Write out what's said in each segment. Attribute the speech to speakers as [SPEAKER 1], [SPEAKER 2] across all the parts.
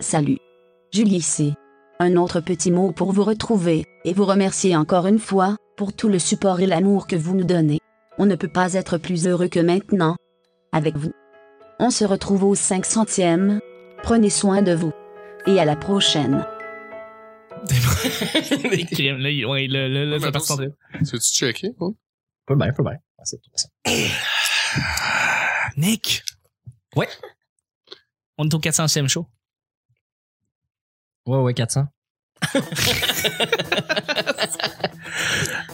[SPEAKER 1] Salut. Julie ici. Un autre petit mot pour vous retrouver, et vous remercier encore une fois, pour tout le support et l'amour que vous nous donnez. On ne peut pas être plus heureux que maintenant. Avec vous. On se retrouve au 500e. Prenez soin de vous. Et à la prochaine.
[SPEAKER 2] Des crimes, là, il- ouais, là, là, là,
[SPEAKER 3] Ouais,
[SPEAKER 2] ça
[SPEAKER 3] mais
[SPEAKER 2] part sans
[SPEAKER 3] attends,
[SPEAKER 2] doute.
[SPEAKER 3] C'est-tu checké? hein?
[SPEAKER 4] Pas bien, pas bien. Ah, c'est tout ça. Ah,
[SPEAKER 2] Nick!
[SPEAKER 4] Ouais.
[SPEAKER 2] On est au 400e show.
[SPEAKER 4] Ouais, ouais, 400.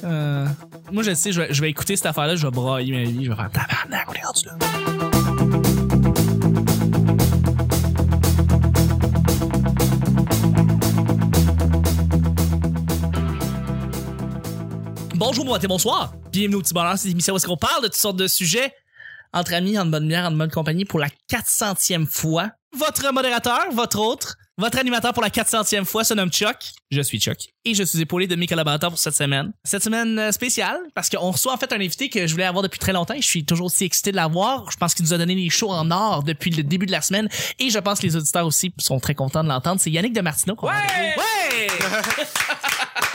[SPEAKER 2] Euh, moi, je sais, je vais, je vais écouter cette affaire-là, je vais brailler ma vie, je vais faire tabarnak, on est rendu là. Bonjour, bon matin, bonsoir. Bienvenue au Petit Bonheur, c'est l'émission où est-ce qu'on parle de toutes sortes de sujets entre amis, en bonne bière, en bonne compagnie pour la 400e fois. Votre modérateur, votre autre, votre animateur pour la 400e fois se nomme Chuck. Je suis Chuck. Et je suis épaulé de mes collaborateurs pour cette semaine. Cette semaine euh, spéciale, parce qu'on reçoit en fait un invité que je voulais avoir depuis très longtemps. et Je suis toujours aussi excité de l'avoir. Je pense qu'il nous a donné les shows en or depuis le début de la semaine. Et je pense que les auditeurs aussi sont très contents de l'entendre. C'est Yannick de Martineau. Ouais! Ouais!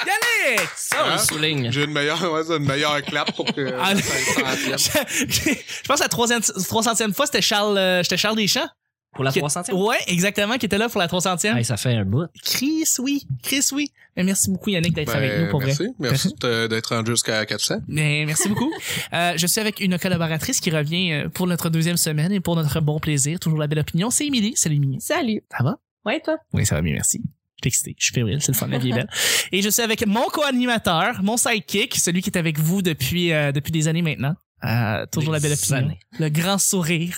[SPEAKER 2] Yannick!
[SPEAKER 3] Hein?
[SPEAKER 5] souligne.
[SPEAKER 3] J'ai une meilleure, ouais, c'est une meilleure clap pour que.
[SPEAKER 2] Ah,
[SPEAKER 3] ça- ça tienne.
[SPEAKER 2] je, je pense que la troisième- 300e fois, c'était Charles, euh, c'était Charles Deschamps.
[SPEAKER 4] Pour la
[SPEAKER 2] Qui-
[SPEAKER 4] 300e?
[SPEAKER 2] Ouais, exactement, qui était là pour la 300e.
[SPEAKER 4] Hey, ça fait un bout.
[SPEAKER 2] Chris, oui. Chris, oui. Mais merci beaucoup, Yannick, d'être avec
[SPEAKER 3] Ben,
[SPEAKER 2] nous pour vrai.
[SPEAKER 3] merci. Merci de- d'être rendu jusqu'à 400.
[SPEAKER 2] Mais merci beaucoup. Euh, je suis avec une collaboratrice qui revient euh, pour notre deuxième semaine et pour notre bon plaisir. Toujours la belle opinion. C'est Émilie. Salut, Émilie.
[SPEAKER 5] Salut.
[SPEAKER 2] Ça va?
[SPEAKER 5] Ouais, toi?
[SPEAKER 2] Oui, ça va bien, merci. Je suis excité. Je suis fébrile. C'est le fun. La vie est belle. Et je suis avec mon co-animateur, mon sidekick, celui qui est avec vous depuis, euh, depuis des années maintenant. Euh, toujours
[SPEAKER 4] Des
[SPEAKER 2] la belle opinion.
[SPEAKER 4] années.
[SPEAKER 2] Le grand sourire,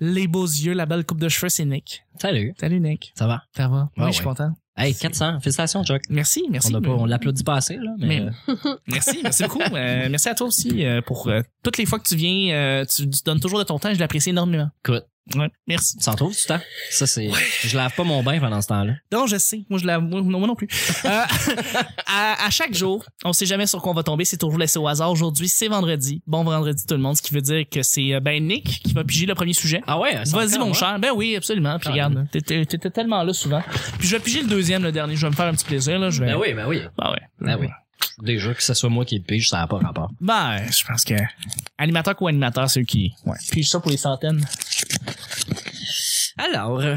[SPEAKER 2] les beaux yeux, la belle coupe de cheveux, c'est Nick.
[SPEAKER 4] Salut.
[SPEAKER 2] Salut, Nick.
[SPEAKER 4] Ça va?
[SPEAKER 2] Ça va?
[SPEAKER 4] Ah
[SPEAKER 2] oui, je suis
[SPEAKER 4] ouais.
[SPEAKER 2] content.
[SPEAKER 4] Hey, 400. Félicitations, Chuck.
[SPEAKER 2] Merci, merci.
[SPEAKER 4] On a pas- on l'applaudit pas assez, là, mais, euh,
[SPEAKER 2] Mais- Merci, merci beaucoup. Euh, merci à toi aussi euh, pour euh, toutes les fois que tu viens. euh, tu, tu donnes toujours de ton temps. Je l'apprécie énormément.
[SPEAKER 4] Écoute.
[SPEAKER 2] Ouais, merci.
[SPEAKER 4] tu s'en trouves du temps. Ça, c'est. Je lave pas mon bain pendant ce temps-là.
[SPEAKER 2] Non, je sais. Moi, je la, moi, non, moi non plus. Euh, à, à chaque jour, on sait jamais sur quoi on va tomber. C'est toujours laissé au hasard. Aujourd'hui, c'est vendredi. Bon vendredi tout le monde. Ce qui veut dire que c'est euh, ben Nick qui va piger le premier sujet.
[SPEAKER 4] Ah ouais? ça
[SPEAKER 2] Vas-y,
[SPEAKER 4] encore,
[SPEAKER 2] mon
[SPEAKER 4] ouais?
[SPEAKER 2] cher. Ben oui, absolument. Puis
[SPEAKER 4] Ah,
[SPEAKER 2] regarde, t'étais- t'étais tellement là souvent. Puis je vais piger le deuxième, le dernier. Je vais me faire un petit plaisir, là. Je vais...
[SPEAKER 4] Ben oui, ben oui.
[SPEAKER 2] Ben ouais.
[SPEAKER 4] Ben oui. Déjà que ce soit moi qui le pige, ça n'a pas rapport.
[SPEAKER 2] Ben, je pense que animateur ou animateur, c'est eux qui. Ouais. Puis ça pour les centaines.
[SPEAKER 4] Alors, euh,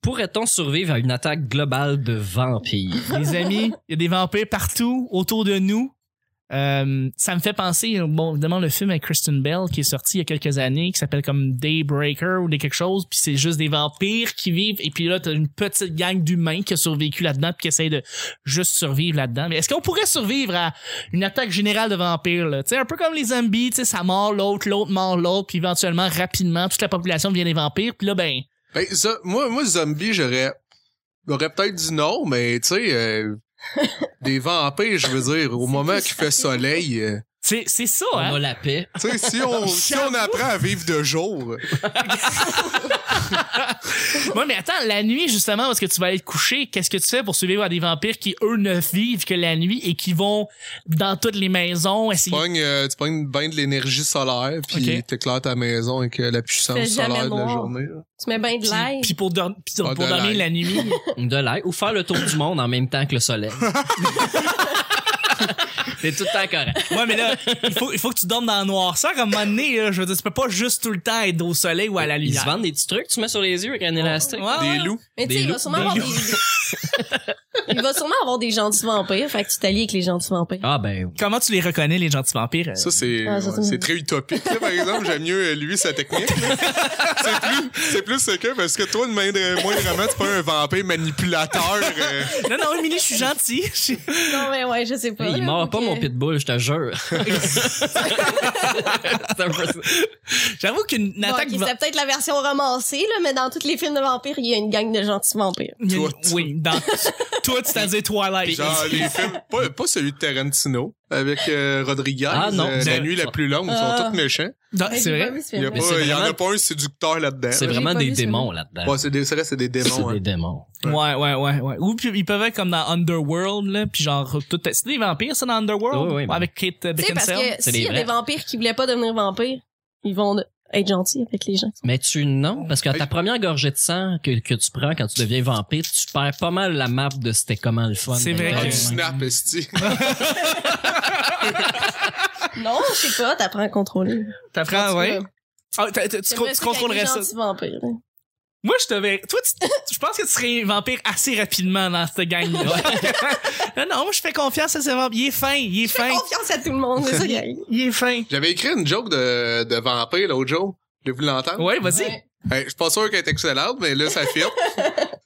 [SPEAKER 4] pourrait-on survivre à une attaque globale de vampires?
[SPEAKER 2] Les amis, il y a des vampires partout autour de nous. Euh, ça me fait penser, euh, bon, évidemment, le film avec Kristen Bell qui est sorti il y a quelques années, qui s'appelle comme Daybreaker ou des quelque chose, puis c'est juste des vampires qui vivent, et puis là, t'as une petite gang d'humains qui a survécu là-dedans, puis qui essaie de juste survivre là-dedans. Mais est-ce qu'on pourrait survivre à une attaque générale de vampires, là? Tu sais, un peu comme les zombies, tu sais, ça mord l'autre, l'autre mord l'autre, puis éventuellement, rapidement, toute la population devient des vampires, puis là, ben,
[SPEAKER 3] Ben, zo- moi, moi, zombie, j'aurais. J'aurais peut-être dit non, mais tu sais, euh, des vampires, je veux dire, au moment qu'il fait soleil, euh,
[SPEAKER 2] c'est c'est ça,
[SPEAKER 4] On
[SPEAKER 2] hein?
[SPEAKER 4] a la paix.
[SPEAKER 3] tu sais, si on, si on apprend à vivre de jour,
[SPEAKER 2] Ouais, mais attends, la nuit, justement, parce que tu vas être couché, qu'est-ce que tu fais pour survivre à des vampires qui, eux, ne vivent que la nuit et qui vont dans toutes les maisons
[SPEAKER 3] tu
[SPEAKER 2] essayer.
[SPEAKER 3] pognes, euh, tu pognes bien de l'énergie solaire, puis
[SPEAKER 2] Ok.
[SPEAKER 3] t'éclaires ta maison avec euh, la
[SPEAKER 5] Fait
[SPEAKER 3] puissance
[SPEAKER 5] jamais
[SPEAKER 3] solaire de la
[SPEAKER 5] noir.
[SPEAKER 3] journée. là.
[SPEAKER 5] Tu mets bien de
[SPEAKER 2] Puis,
[SPEAKER 5] l'ail.
[SPEAKER 2] puis pour, dor- puis pour
[SPEAKER 3] Ah, de
[SPEAKER 2] dormir
[SPEAKER 3] l'ail.
[SPEAKER 2] la nuit.
[SPEAKER 4] De l'air. Ou faire le tour du monde en même temps que le soleil. c'est tout le temps correct.
[SPEAKER 2] ouais, mais là, il faut, il faut que tu dormes dans le noirceur à un moment donné. Là, je veux dire, tu peux pas juste tout le temps être au soleil ou à la
[SPEAKER 4] Ils se
[SPEAKER 2] lumière.
[SPEAKER 4] vendent des petits trucs que tu mets sur les yeux avec un élastique.
[SPEAKER 2] Ouais, ouais.
[SPEAKER 3] Des loups.
[SPEAKER 5] Mais tu sais,
[SPEAKER 4] Des
[SPEAKER 5] il va
[SPEAKER 4] loups-
[SPEAKER 5] sûrement
[SPEAKER 4] des
[SPEAKER 5] avoir des.
[SPEAKER 4] loups.
[SPEAKER 5] il va sûrement avoir des gentils vampires. Fait que tu t'allies avec les gentils vampires.
[SPEAKER 4] Ah ben,
[SPEAKER 2] Comment tu les reconnais, les gentils vampires? euh?
[SPEAKER 3] Ça, c'est
[SPEAKER 5] Ah, ça,
[SPEAKER 3] ouais,
[SPEAKER 5] c'est-
[SPEAKER 3] c'est très utopique. là, par exemple, j'aime mieux euh, lui, sa technique. là. c'est plus, c'est plus ce que, parce que toi, de moindre- moindrement, tu pas un vampire manipulateur. euh,
[SPEAKER 2] Non, non, Émilie, je suis gentil. Je-
[SPEAKER 5] Non, mais ouais, je sais pas.
[SPEAKER 4] il
[SPEAKER 5] là,
[SPEAKER 4] mord
[SPEAKER 5] faut
[SPEAKER 4] pas
[SPEAKER 5] que-
[SPEAKER 4] mon pitbull, je te jure. C'est un peu ça.
[SPEAKER 3] Euh,
[SPEAKER 2] J'avoue qu'une
[SPEAKER 5] Bon,
[SPEAKER 2] attaque...
[SPEAKER 5] ok,
[SPEAKER 2] va-
[SPEAKER 5] c'est peut-être la version romancée, là, mais dans tous les films de vampires, il y a une gang de gentils vampires.
[SPEAKER 2] il y a une-
[SPEAKER 3] Toi, tu-
[SPEAKER 2] Oui, dans... Toi, tu t'as dit
[SPEAKER 4] Ah,
[SPEAKER 2] Twilight.
[SPEAKER 3] genre, les films, pas, pas celui de Tarantino, avec euh, Rodriguez,
[SPEAKER 4] Ah, non.
[SPEAKER 3] euh, La
[SPEAKER 4] C'est-
[SPEAKER 3] nuit la plus longue, ils
[SPEAKER 5] Ah.
[SPEAKER 3] sont tous méchants.
[SPEAKER 2] Non,
[SPEAKER 5] Mais
[SPEAKER 2] C'est
[SPEAKER 5] j'ai pas
[SPEAKER 2] vrai.
[SPEAKER 5] vu ce
[SPEAKER 3] Il y,
[SPEAKER 5] film-là.
[SPEAKER 3] a pas-
[SPEAKER 4] c'est
[SPEAKER 3] il y en a
[SPEAKER 4] vraiment-
[SPEAKER 3] pas un séducteur là-dedans.
[SPEAKER 4] C'est
[SPEAKER 3] là.
[SPEAKER 4] vraiment
[SPEAKER 5] pas
[SPEAKER 4] des
[SPEAKER 5] vu celui-là.
[SPEAKER 4] démons là-dedans.
[SPEAKER 3] Ouais, c'est des, c'est vrai, c'est des
[SPEAKER 4] c'est
[SPEAKER 3] démons. hein.
[SPEAKER 4] des démons.
[SPEAKER 2] Ouais, ouais, ouais, ouais. Ou puis ils peuvent être comme dans Underworld, là, puis genre, tout, c'est des vampires, ça, dans Underworld?
[SPEAKER 4] Oui, oui, mais-
[SPEAKER 2] Avec Kate euh,
[SPEAKER 5] Tu sais, parce
[SPEAKER 2] Beckinsale?
[SPEAKER 5] que
[SPEAKER 4] C'est
[SPEAKER 5] s'il y a
[SPEAKER 4] des
[SPEAKER 5] des vampires qui voulaient pas devenir vampires, ils vont de- être gentil avec les gens.
[SPEAKER 4] Mais tu non, parce que ta première gorgée de sang que, que tu prends quand tu deviens vampire, tu perds pas mal la map de c'était comment le fun.
[SPEAKER 2] C'est vrai
[SPEAKER 3] Ah,
[SPEAKER 2] que-
[SPEAKER 3] tu snap, esti.
[SPEAKER 5] Non, je sais pas, t'apprends à contrôler.
[SPEAKER 2] T'apprends, ouais. Ah, t'as- t'as- tu,
[SPEAKER 5] Tu
[SPEAKER 2] con- tu contrôlerais ça.
[SPEAKER 5] gentil vampire. hein.
[SPEAKER 2] Moi, je te verrais. Toi, tu- tu- je pense que tu serais vampire assez rapidement dans cette gang-là. non, non, moi, je fais confiance à ce vampire. Il est fin, il est
[SPEAKER 5] Fais
[SPEAKER 2] fin.
[SPEAKER 5] confiance à tout le monde, c'est ça, gang.
[SPEAKER 2] Il est fin.
[SPEAKER 3] J'avais écrit une joke de, de vampire l'autre jour. J'ai voulu l'entendre.
[SPEAKER 2] Ouais, vas-y.
[SPEAKER 5] Ouais.
[SPEAKER 3] Hey, je suis pas sûr qu'elle est excellente, mais là, ça fit.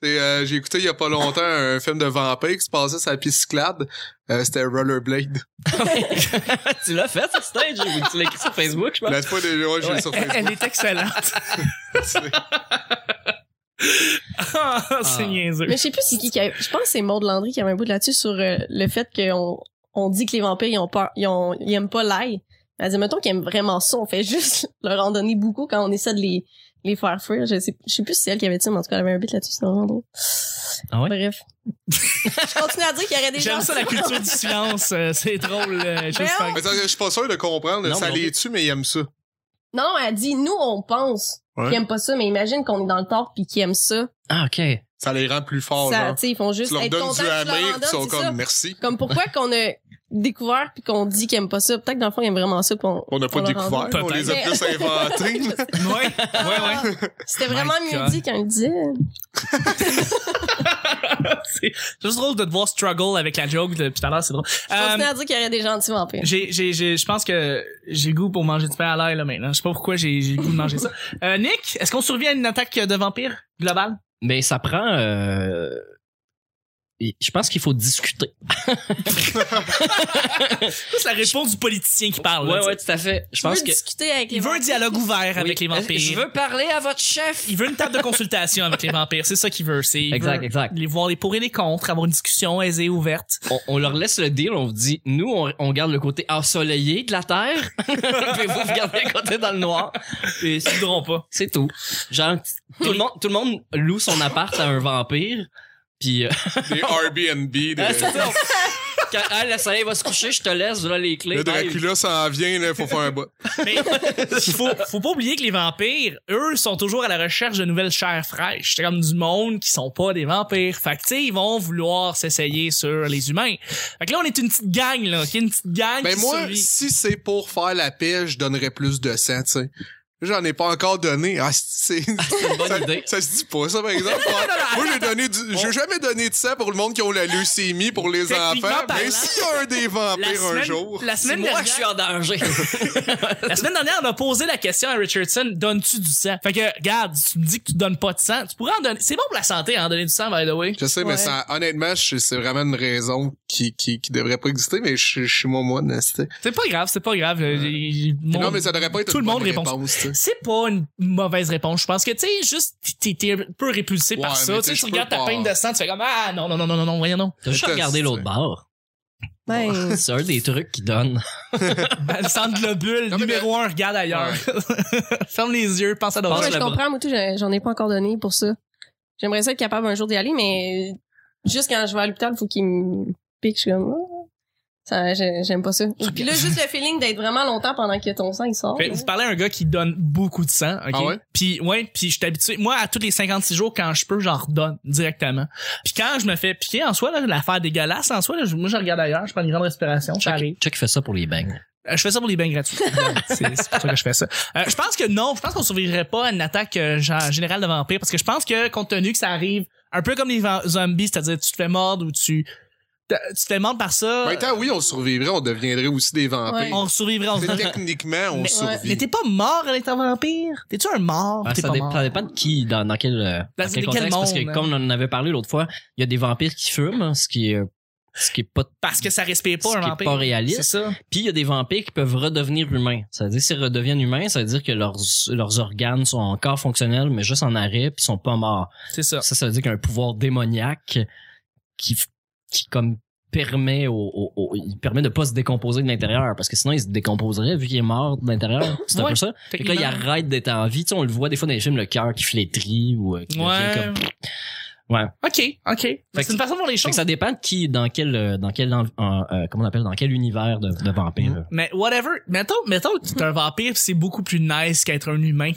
[SPEAKER 3] C'est, euh, J'ai écouté il y a pas longtemps un film de vampire qui se passait sur la piste cyclade. Euh, C'était Rollerblade.
[SPEAKER 4] tu l'as fait, ce stage, ou tu l'as écrit sur Facebook, je
[SPEAKER 3] La fois des ouais, je l'ai sur
[SPEAKER 2] Elle,
[SPEAKER 3] Facebook.
[SPEAKER 2] elle est excellente. Ah, c'est
[SPEAKER 4] Ah.
[SPEAKER 2] niaiseux.
[SPEAKER 5] Mais je sais plus c'est qui qui a... Je pense que c'est Maud Landry qui avait un bout de là-dessus sur euh, le fait qu'on on dit que les vampires, ils ont peur, ils, ont, ils aiment pas l'ail. Elle dit, mettons qu'ils aiment vraiment ça, on fait juste leur en donner beaucoup quand on essaie de les, les faire fuir. Je sais, je sais plus si c'est elle qui avait dit ça, mais en tout cas, elle avait un bit là-dessus, c'est vraiment drôle.
[SPEAKER 4] Ah ouais?
[SPEAKER 5] Bref. je continue à dire qu'il y aurait des gens...
[SPEAKER 2] J'aime ça, la culture du silence. euh, c'est drôle. euh, je sais pas.
[SPEAKER 3] Mais ça, je suis pas sûr de comprendre.
[SPEAKER 4] Non,
[SPEAKER 3] ça
[SPEAKER 4] mais on-
[SPEAKER 3] les tue, mais ils aiment ça.
[SPEAKER 5] Non, elle dit, nous, on pense
[SPEAKER 3] Ouais.
[SPEAKER 5] qu'ils aiment pas ça, mais imagine qu'on est dans le tort pis qu'ils aiment ça.
[SPEAKER 4] Ah, ok.
[SPEAKER 3] Ça les rend plus forts,
[SPEAKER 5] ça,
[SPEAKER 3] Oh, genre.
[SPEAKER 5] tu sais, ils font
[SPEAKER 3] Tu
[SPEAKER 5] juste
[SPEAKER 3] leur
[SPEAKER 5] être
[SPEAKER 3] donnes
[SPEAKER 5] contents
[SPEAKER 3] du
[SPEAKER 5] que je leur en
[SPEAKER 3] hammer,
[SPEAKER 5] donne,
[SPEAKER 3] ils sont
[SPEAKER 5] c'est ça.
[SPEAKER 3] comme merci.
[SPEAKER 5] Comme pourquoi qu'on a découvert puis qu'on dit qu'ils aiment pas ça. Peut-être que dans le fond, ils aiment vraiment ça pis on...
[SPEAKER 3] On n'a pas
[SPEAKER 5] on leur en donne.
[SPEAKER 3] découvert, on les a
[SPEAKER 5] Peut-être.
[SPEAKER 3] plus inventés.
[SPEAKER 2] Ouais, ouais, ouais.
[SPEAKER 5] C'était
[SPEAKER 2] My
[SPEAKER 5] vraiment mieux
[SPEAKER 2] God.
[SPEAKER 5] dit qu'un dit.
[SPEAKER 2] C'est juste drôle de te voir struggle avec la joke de tout à l'heure, c'est drôle.
[SPEAKER 5] Je
[SPEAKER 2] Euh,
[SPEAKER 5] continue à dire qu'il y aurait des gentils vampires.
[SPEAKER 2] j'ai, j'ai, j'ai- je pense que j'ai le goût pour manger du pain à l'ail, là, maintenant. Je sais pas pourquoi j'ai, j'ai le goût de manger ça. Euh, Nick, est-ce qu'on survit à une attaque de vampire globale?
[SPEAKER 4] Mais ça prend, euh, je pense qu'il faut discuter.
[SPEAKER 2] C'est la réponse du politicien qui parle. là,
[SPEAKER 4] ouais,
[SPEAKER 2] tu sais.
[SPEAKER 4] ouais, tout à fait. Je
[SPEAKER 5] Je veux
[SPEAKER 4] pense que.
[SPEAKER 5] discuter avec les
[SPEAKER 2] Il veut un
[SPEAKER 5] vampires.
[SPEAKER 2] dialogue ouvert avec les
[SPEAKER 4] Oui.
[SPEAKER 2] vampires.
[SPEAKER 4] Je veux parler à votre chef.
[SPEAKER 2] Il veut une table de consultation avec les vampires. C'est ça qu'il veut. C'est, il
[SPEAKER 4] Exact,
[SPEAKER 2] veut
[SPEAKER 4] exact.
[SPEAKER 2] Les voir les pour et les contre, avoir une discussion aisée, ouverte.
[SPEAKER 4] On, on leur laisse le deal, on vous dit, nous, on, on garde le côté ensoleillé de la Terre, puis vous, vous gardez le côté dans le noir.
[SPEAKER 2] Ils se voudront pas.
[SPEAKER 4] C'est tout. Genre, tout le monde, tout le monde loue son appart à un vampire. Puis euh,
[SPEAKER 3] Des Airbnb, des...
[SPEAKER 4] ah, c'est ça. Quand ah, le soleil va se coucher, je te laisse là les clés.
[SPEAKER 3] Le Dracula s'en vient, là, faut faire un bout.
[SPEAKER 2] Mais il faut, faut pas oublier que les vampires, eux, sont toujours à la recherche de nouvelles chairs fraîches. C'est comme du monde qui sont pas des vampires. Fait que, tu sais, ils vont vouloir s'essayer sur les humains. Fait que là, on est une petite gang, là. Qui est une petite gang
[SPEAKER 3] Ben
[SPEAKER 2] qui
[SPEAKER 3] moi,
[SPEAKER 2] survit.
[SPEAKER 3] si c'est pour faire la paix, je donnerais plus de sang, tu sais. J'en ai pas encore donné. Ah, c'est...
[SPEAKER 4] C'est une bonne
[SPEAKER 3] Ça,
[SPEAKER 4] idée.
[SPEAKER 3] ça se dit pas, ça, par exemple. Moi, j'ai donné du... J'ai jamais donné de sang pour le monde qui ont la leucémie pour les
[SPEAKER 2] Techniquement
[SPEAKER 3] enfants.
[SPEAKER 2] parlant,
[SPEAKER 3] Mais s'il y a un des
[SPEAKER 2] La
[SPEAKER 3] vampires un
[SPEAKER 2] semaine-
[SPEAKER 3] jour...
[SPEAKER 2] La
[SPEAKER 4] C'est
[SPEAKER 2] semaine
[SPEAKER 4] moi que
[SPEAKER 2] dernière,
[SPEAKER 4] je suis en danger.
[SPEAKER 2] La semaine dernière, on a posé la question à Richardson, donnes-tu du sang? Fait que, regarde, tu me dis que tu donnes pas de sang, tu pourrais en donner, c'est bon pour la santé, en donner du sang, by the way.
[SPEAKER 3] Je sais,
[SPEAKER 5] Ouais.
[SPEAKER 3] mais ça, honnêtement, je- c'est vraiment une raison qui, qui, qui devrait pas exister, mais je, je suis moi moine, c'était.
[SPEAKER 2] C'est pas grave, c'est pas grave. euh, j'ai- mon-
[SPEAKER 3] Non, mais ça devrait pas être
[SPEAKER 2] Tout
[SPEAKER 3] une
[SPEAKER 2] le monde
[SPEAKER 3] bonne
[SPEAKER 2] répond.
[SPEAKER 3] réponse, tu sais.
[SPEAKER 2] C'est pas une mauvaise réponse, je pense que, tu sais, juste, t'es- t'es un peu répulsé
[SPEAKER 3] Ouais,
[SPEAKER 2] par ça,
[SPEAKER 3] mais
[SPEAKER 2] tu
[SPEAKER 3] t'sais,
[SPEAKER 2] sais, tu
[SPEAKER 3] je
[SPEAKER 2] regardes
[SPEAKER 3] peux
[SPEAKER 2] ta
[SPEAKER 3] pas.
[SPEAKER 2] peine de sang, tu fais comme, ah, non, non, non, non, non, non, voyons, non.
[SPEAKER 4] T'as juste
[SPEAKER 3] Je te-
[SPEAKER 4] regardé l'autre bord.
[SPEAKER 5] Ben,
[SPEAKER 4] C'est un des trucs qui donne.
[SPEAKER 2] Le centre globule,
[SPEAKER 3] Non, mais
[SPEAKER 2] numéro un, regarde ailleurs. Ferme les yeux, pense à
[SPEAKER 5] non,
[SPEAKER 2] d'autres
[SPEAKER 5] mais
[SPEAKER 2] choses.
[SPEAKER 5] je comprends, moi, tout, j'en- j'en ai pas encore donné pour ça. J'aimerais ça être capable un jour d'y aller, mais juste quand je vais à l'hôpital, faut qu'il me pique, je suis comme, ah. ça, j'ai- j'aime pas ça. Puis là, juste le feeling d'être vraiment longtemps pendant que ton sang, il sort.
[SPEAKER 2] Fait, vous parlez à un gars qui donne beaucoup de sang, ok?
[SPEAKER 3] Ah ouais?
[SPEAKER 2] Puis ouais, puis je suis habitué. Moi, à tous les 56 jours, quand je peux, j'en redonne directement. Puis quand je me fais piquer en soi, là, l'affaire dégueulasse en soi, là, je- moi je regarde ailleurs, je prends une grande respiration, j'arrive.
[SPEAKER 4] Chuck, Chuck fait ça pour les bangs.
[SPEAKER 2] Euh, Je fais ça pour les bains gratuits. c'est c'est pour ça que je fais ça. Euh, je pense que non, je pense qu'on survivrait pas à une attaque euh, genre, générale de vampires parce que je pense que compte tenu que ça arrive un peu comme les van- zombies, c'est-à-dire tu te fais mordre ou tu tu te fais mordre par ça,
[SPEAKER 3] Maintenant, oui, on survivrait, on deviendrait aussi des vampires.
[SPEAKER 5] Ouais.
[SPEAKER 2] on survivrait en
[SPEAKER 3] Mais Techniquement, on
[SPEAKER 2] Mais-
[SPEAKER 3] survit.
[SPEAKER 2] Mais t'es pas mort à l'intérieur vampire? T'es-tu un mort?
[SPEAKER 4] Ah,
[SPEAKER 2] T'es
[SPEAKER 4] ça,
[SPEAKER 2] pas
[SPEAKER 4] dé-
[SPEAKER 2] mort.
[SPEAKER 4] ça dépend de qui, dans, dans quel, euh,
[SPEAKER 2] Dans
[SPEAKER 4] dans quel
[SPEAKER 2] quel
[SPEAKER 4] contexte. parce
[SPEAKER 2] monde,
[SPEAKER 4] que
[SPEAKER 2] hein.
[SPEAKER 4] comme on en avait parlé l'autre fois, il y a des vampires qui fument, hein, ce qui est, euh, ce qui est pas,
[SPEAKER 2] Parce que ça respire pas
[SPEAKER 4] ce
[SPEAKER 2] un
[SPEAKER 4] qui est
[SPEAKER 2] vampire.
[SPEAKER 4] pas réaliste.
[SPEAKER 2] C'est ça.
[SPEAKER 4] Puis il y a des vampires qui peuvent redevenir humains. Ça veut dire s'ils redeviennent humains, ça veut dire que leurs, leurs organes sont encore fonctionnels, mais juste en arrêt, puis ils sont pas morts.
[SPEAKER 2] C'est ça.
[SPEAKER 4] Ça, ça veut dire qu'il y a un pouvoir démoniaque qui, f- qui comme permet au, au- au- il permet de pas se décomposer de l'intérieur parce que sinon il se décomposerait vu qu'il est mort de l'intérieur c'est un
[SPEAKER 2] Ouais,
[SPEAKER 4] peu ça fait que là il
[SPEAKER 2] techniquement.
[SPEAKER 4] arrête d'être en vie tu sais on le voit des fois dans les films le cœur qui flétrit ou euh, qui devient
[SPEAKER 2] Ouais.
[SPEAKER 4] comme- Ouais.
[SPEAKER 2] OK, OK. C'est une façon de voir les
[SPEAKER 4] Fait que
[SPEAKER 2] choses.
[SPEAKER 4] ça dépend de qui, dans quel, euh, dans quel, env- en- euh, comment on appelle, dans quel univers de, de vampire.
[SPEAKER 5] Mm-hmm.
[SPEAKER 3] Mhm.
[SPEAKER 2] Mais whatever. Mettons, mettons que t'es un vampire, pis c'est beaucoup plus nice qu'être un humain.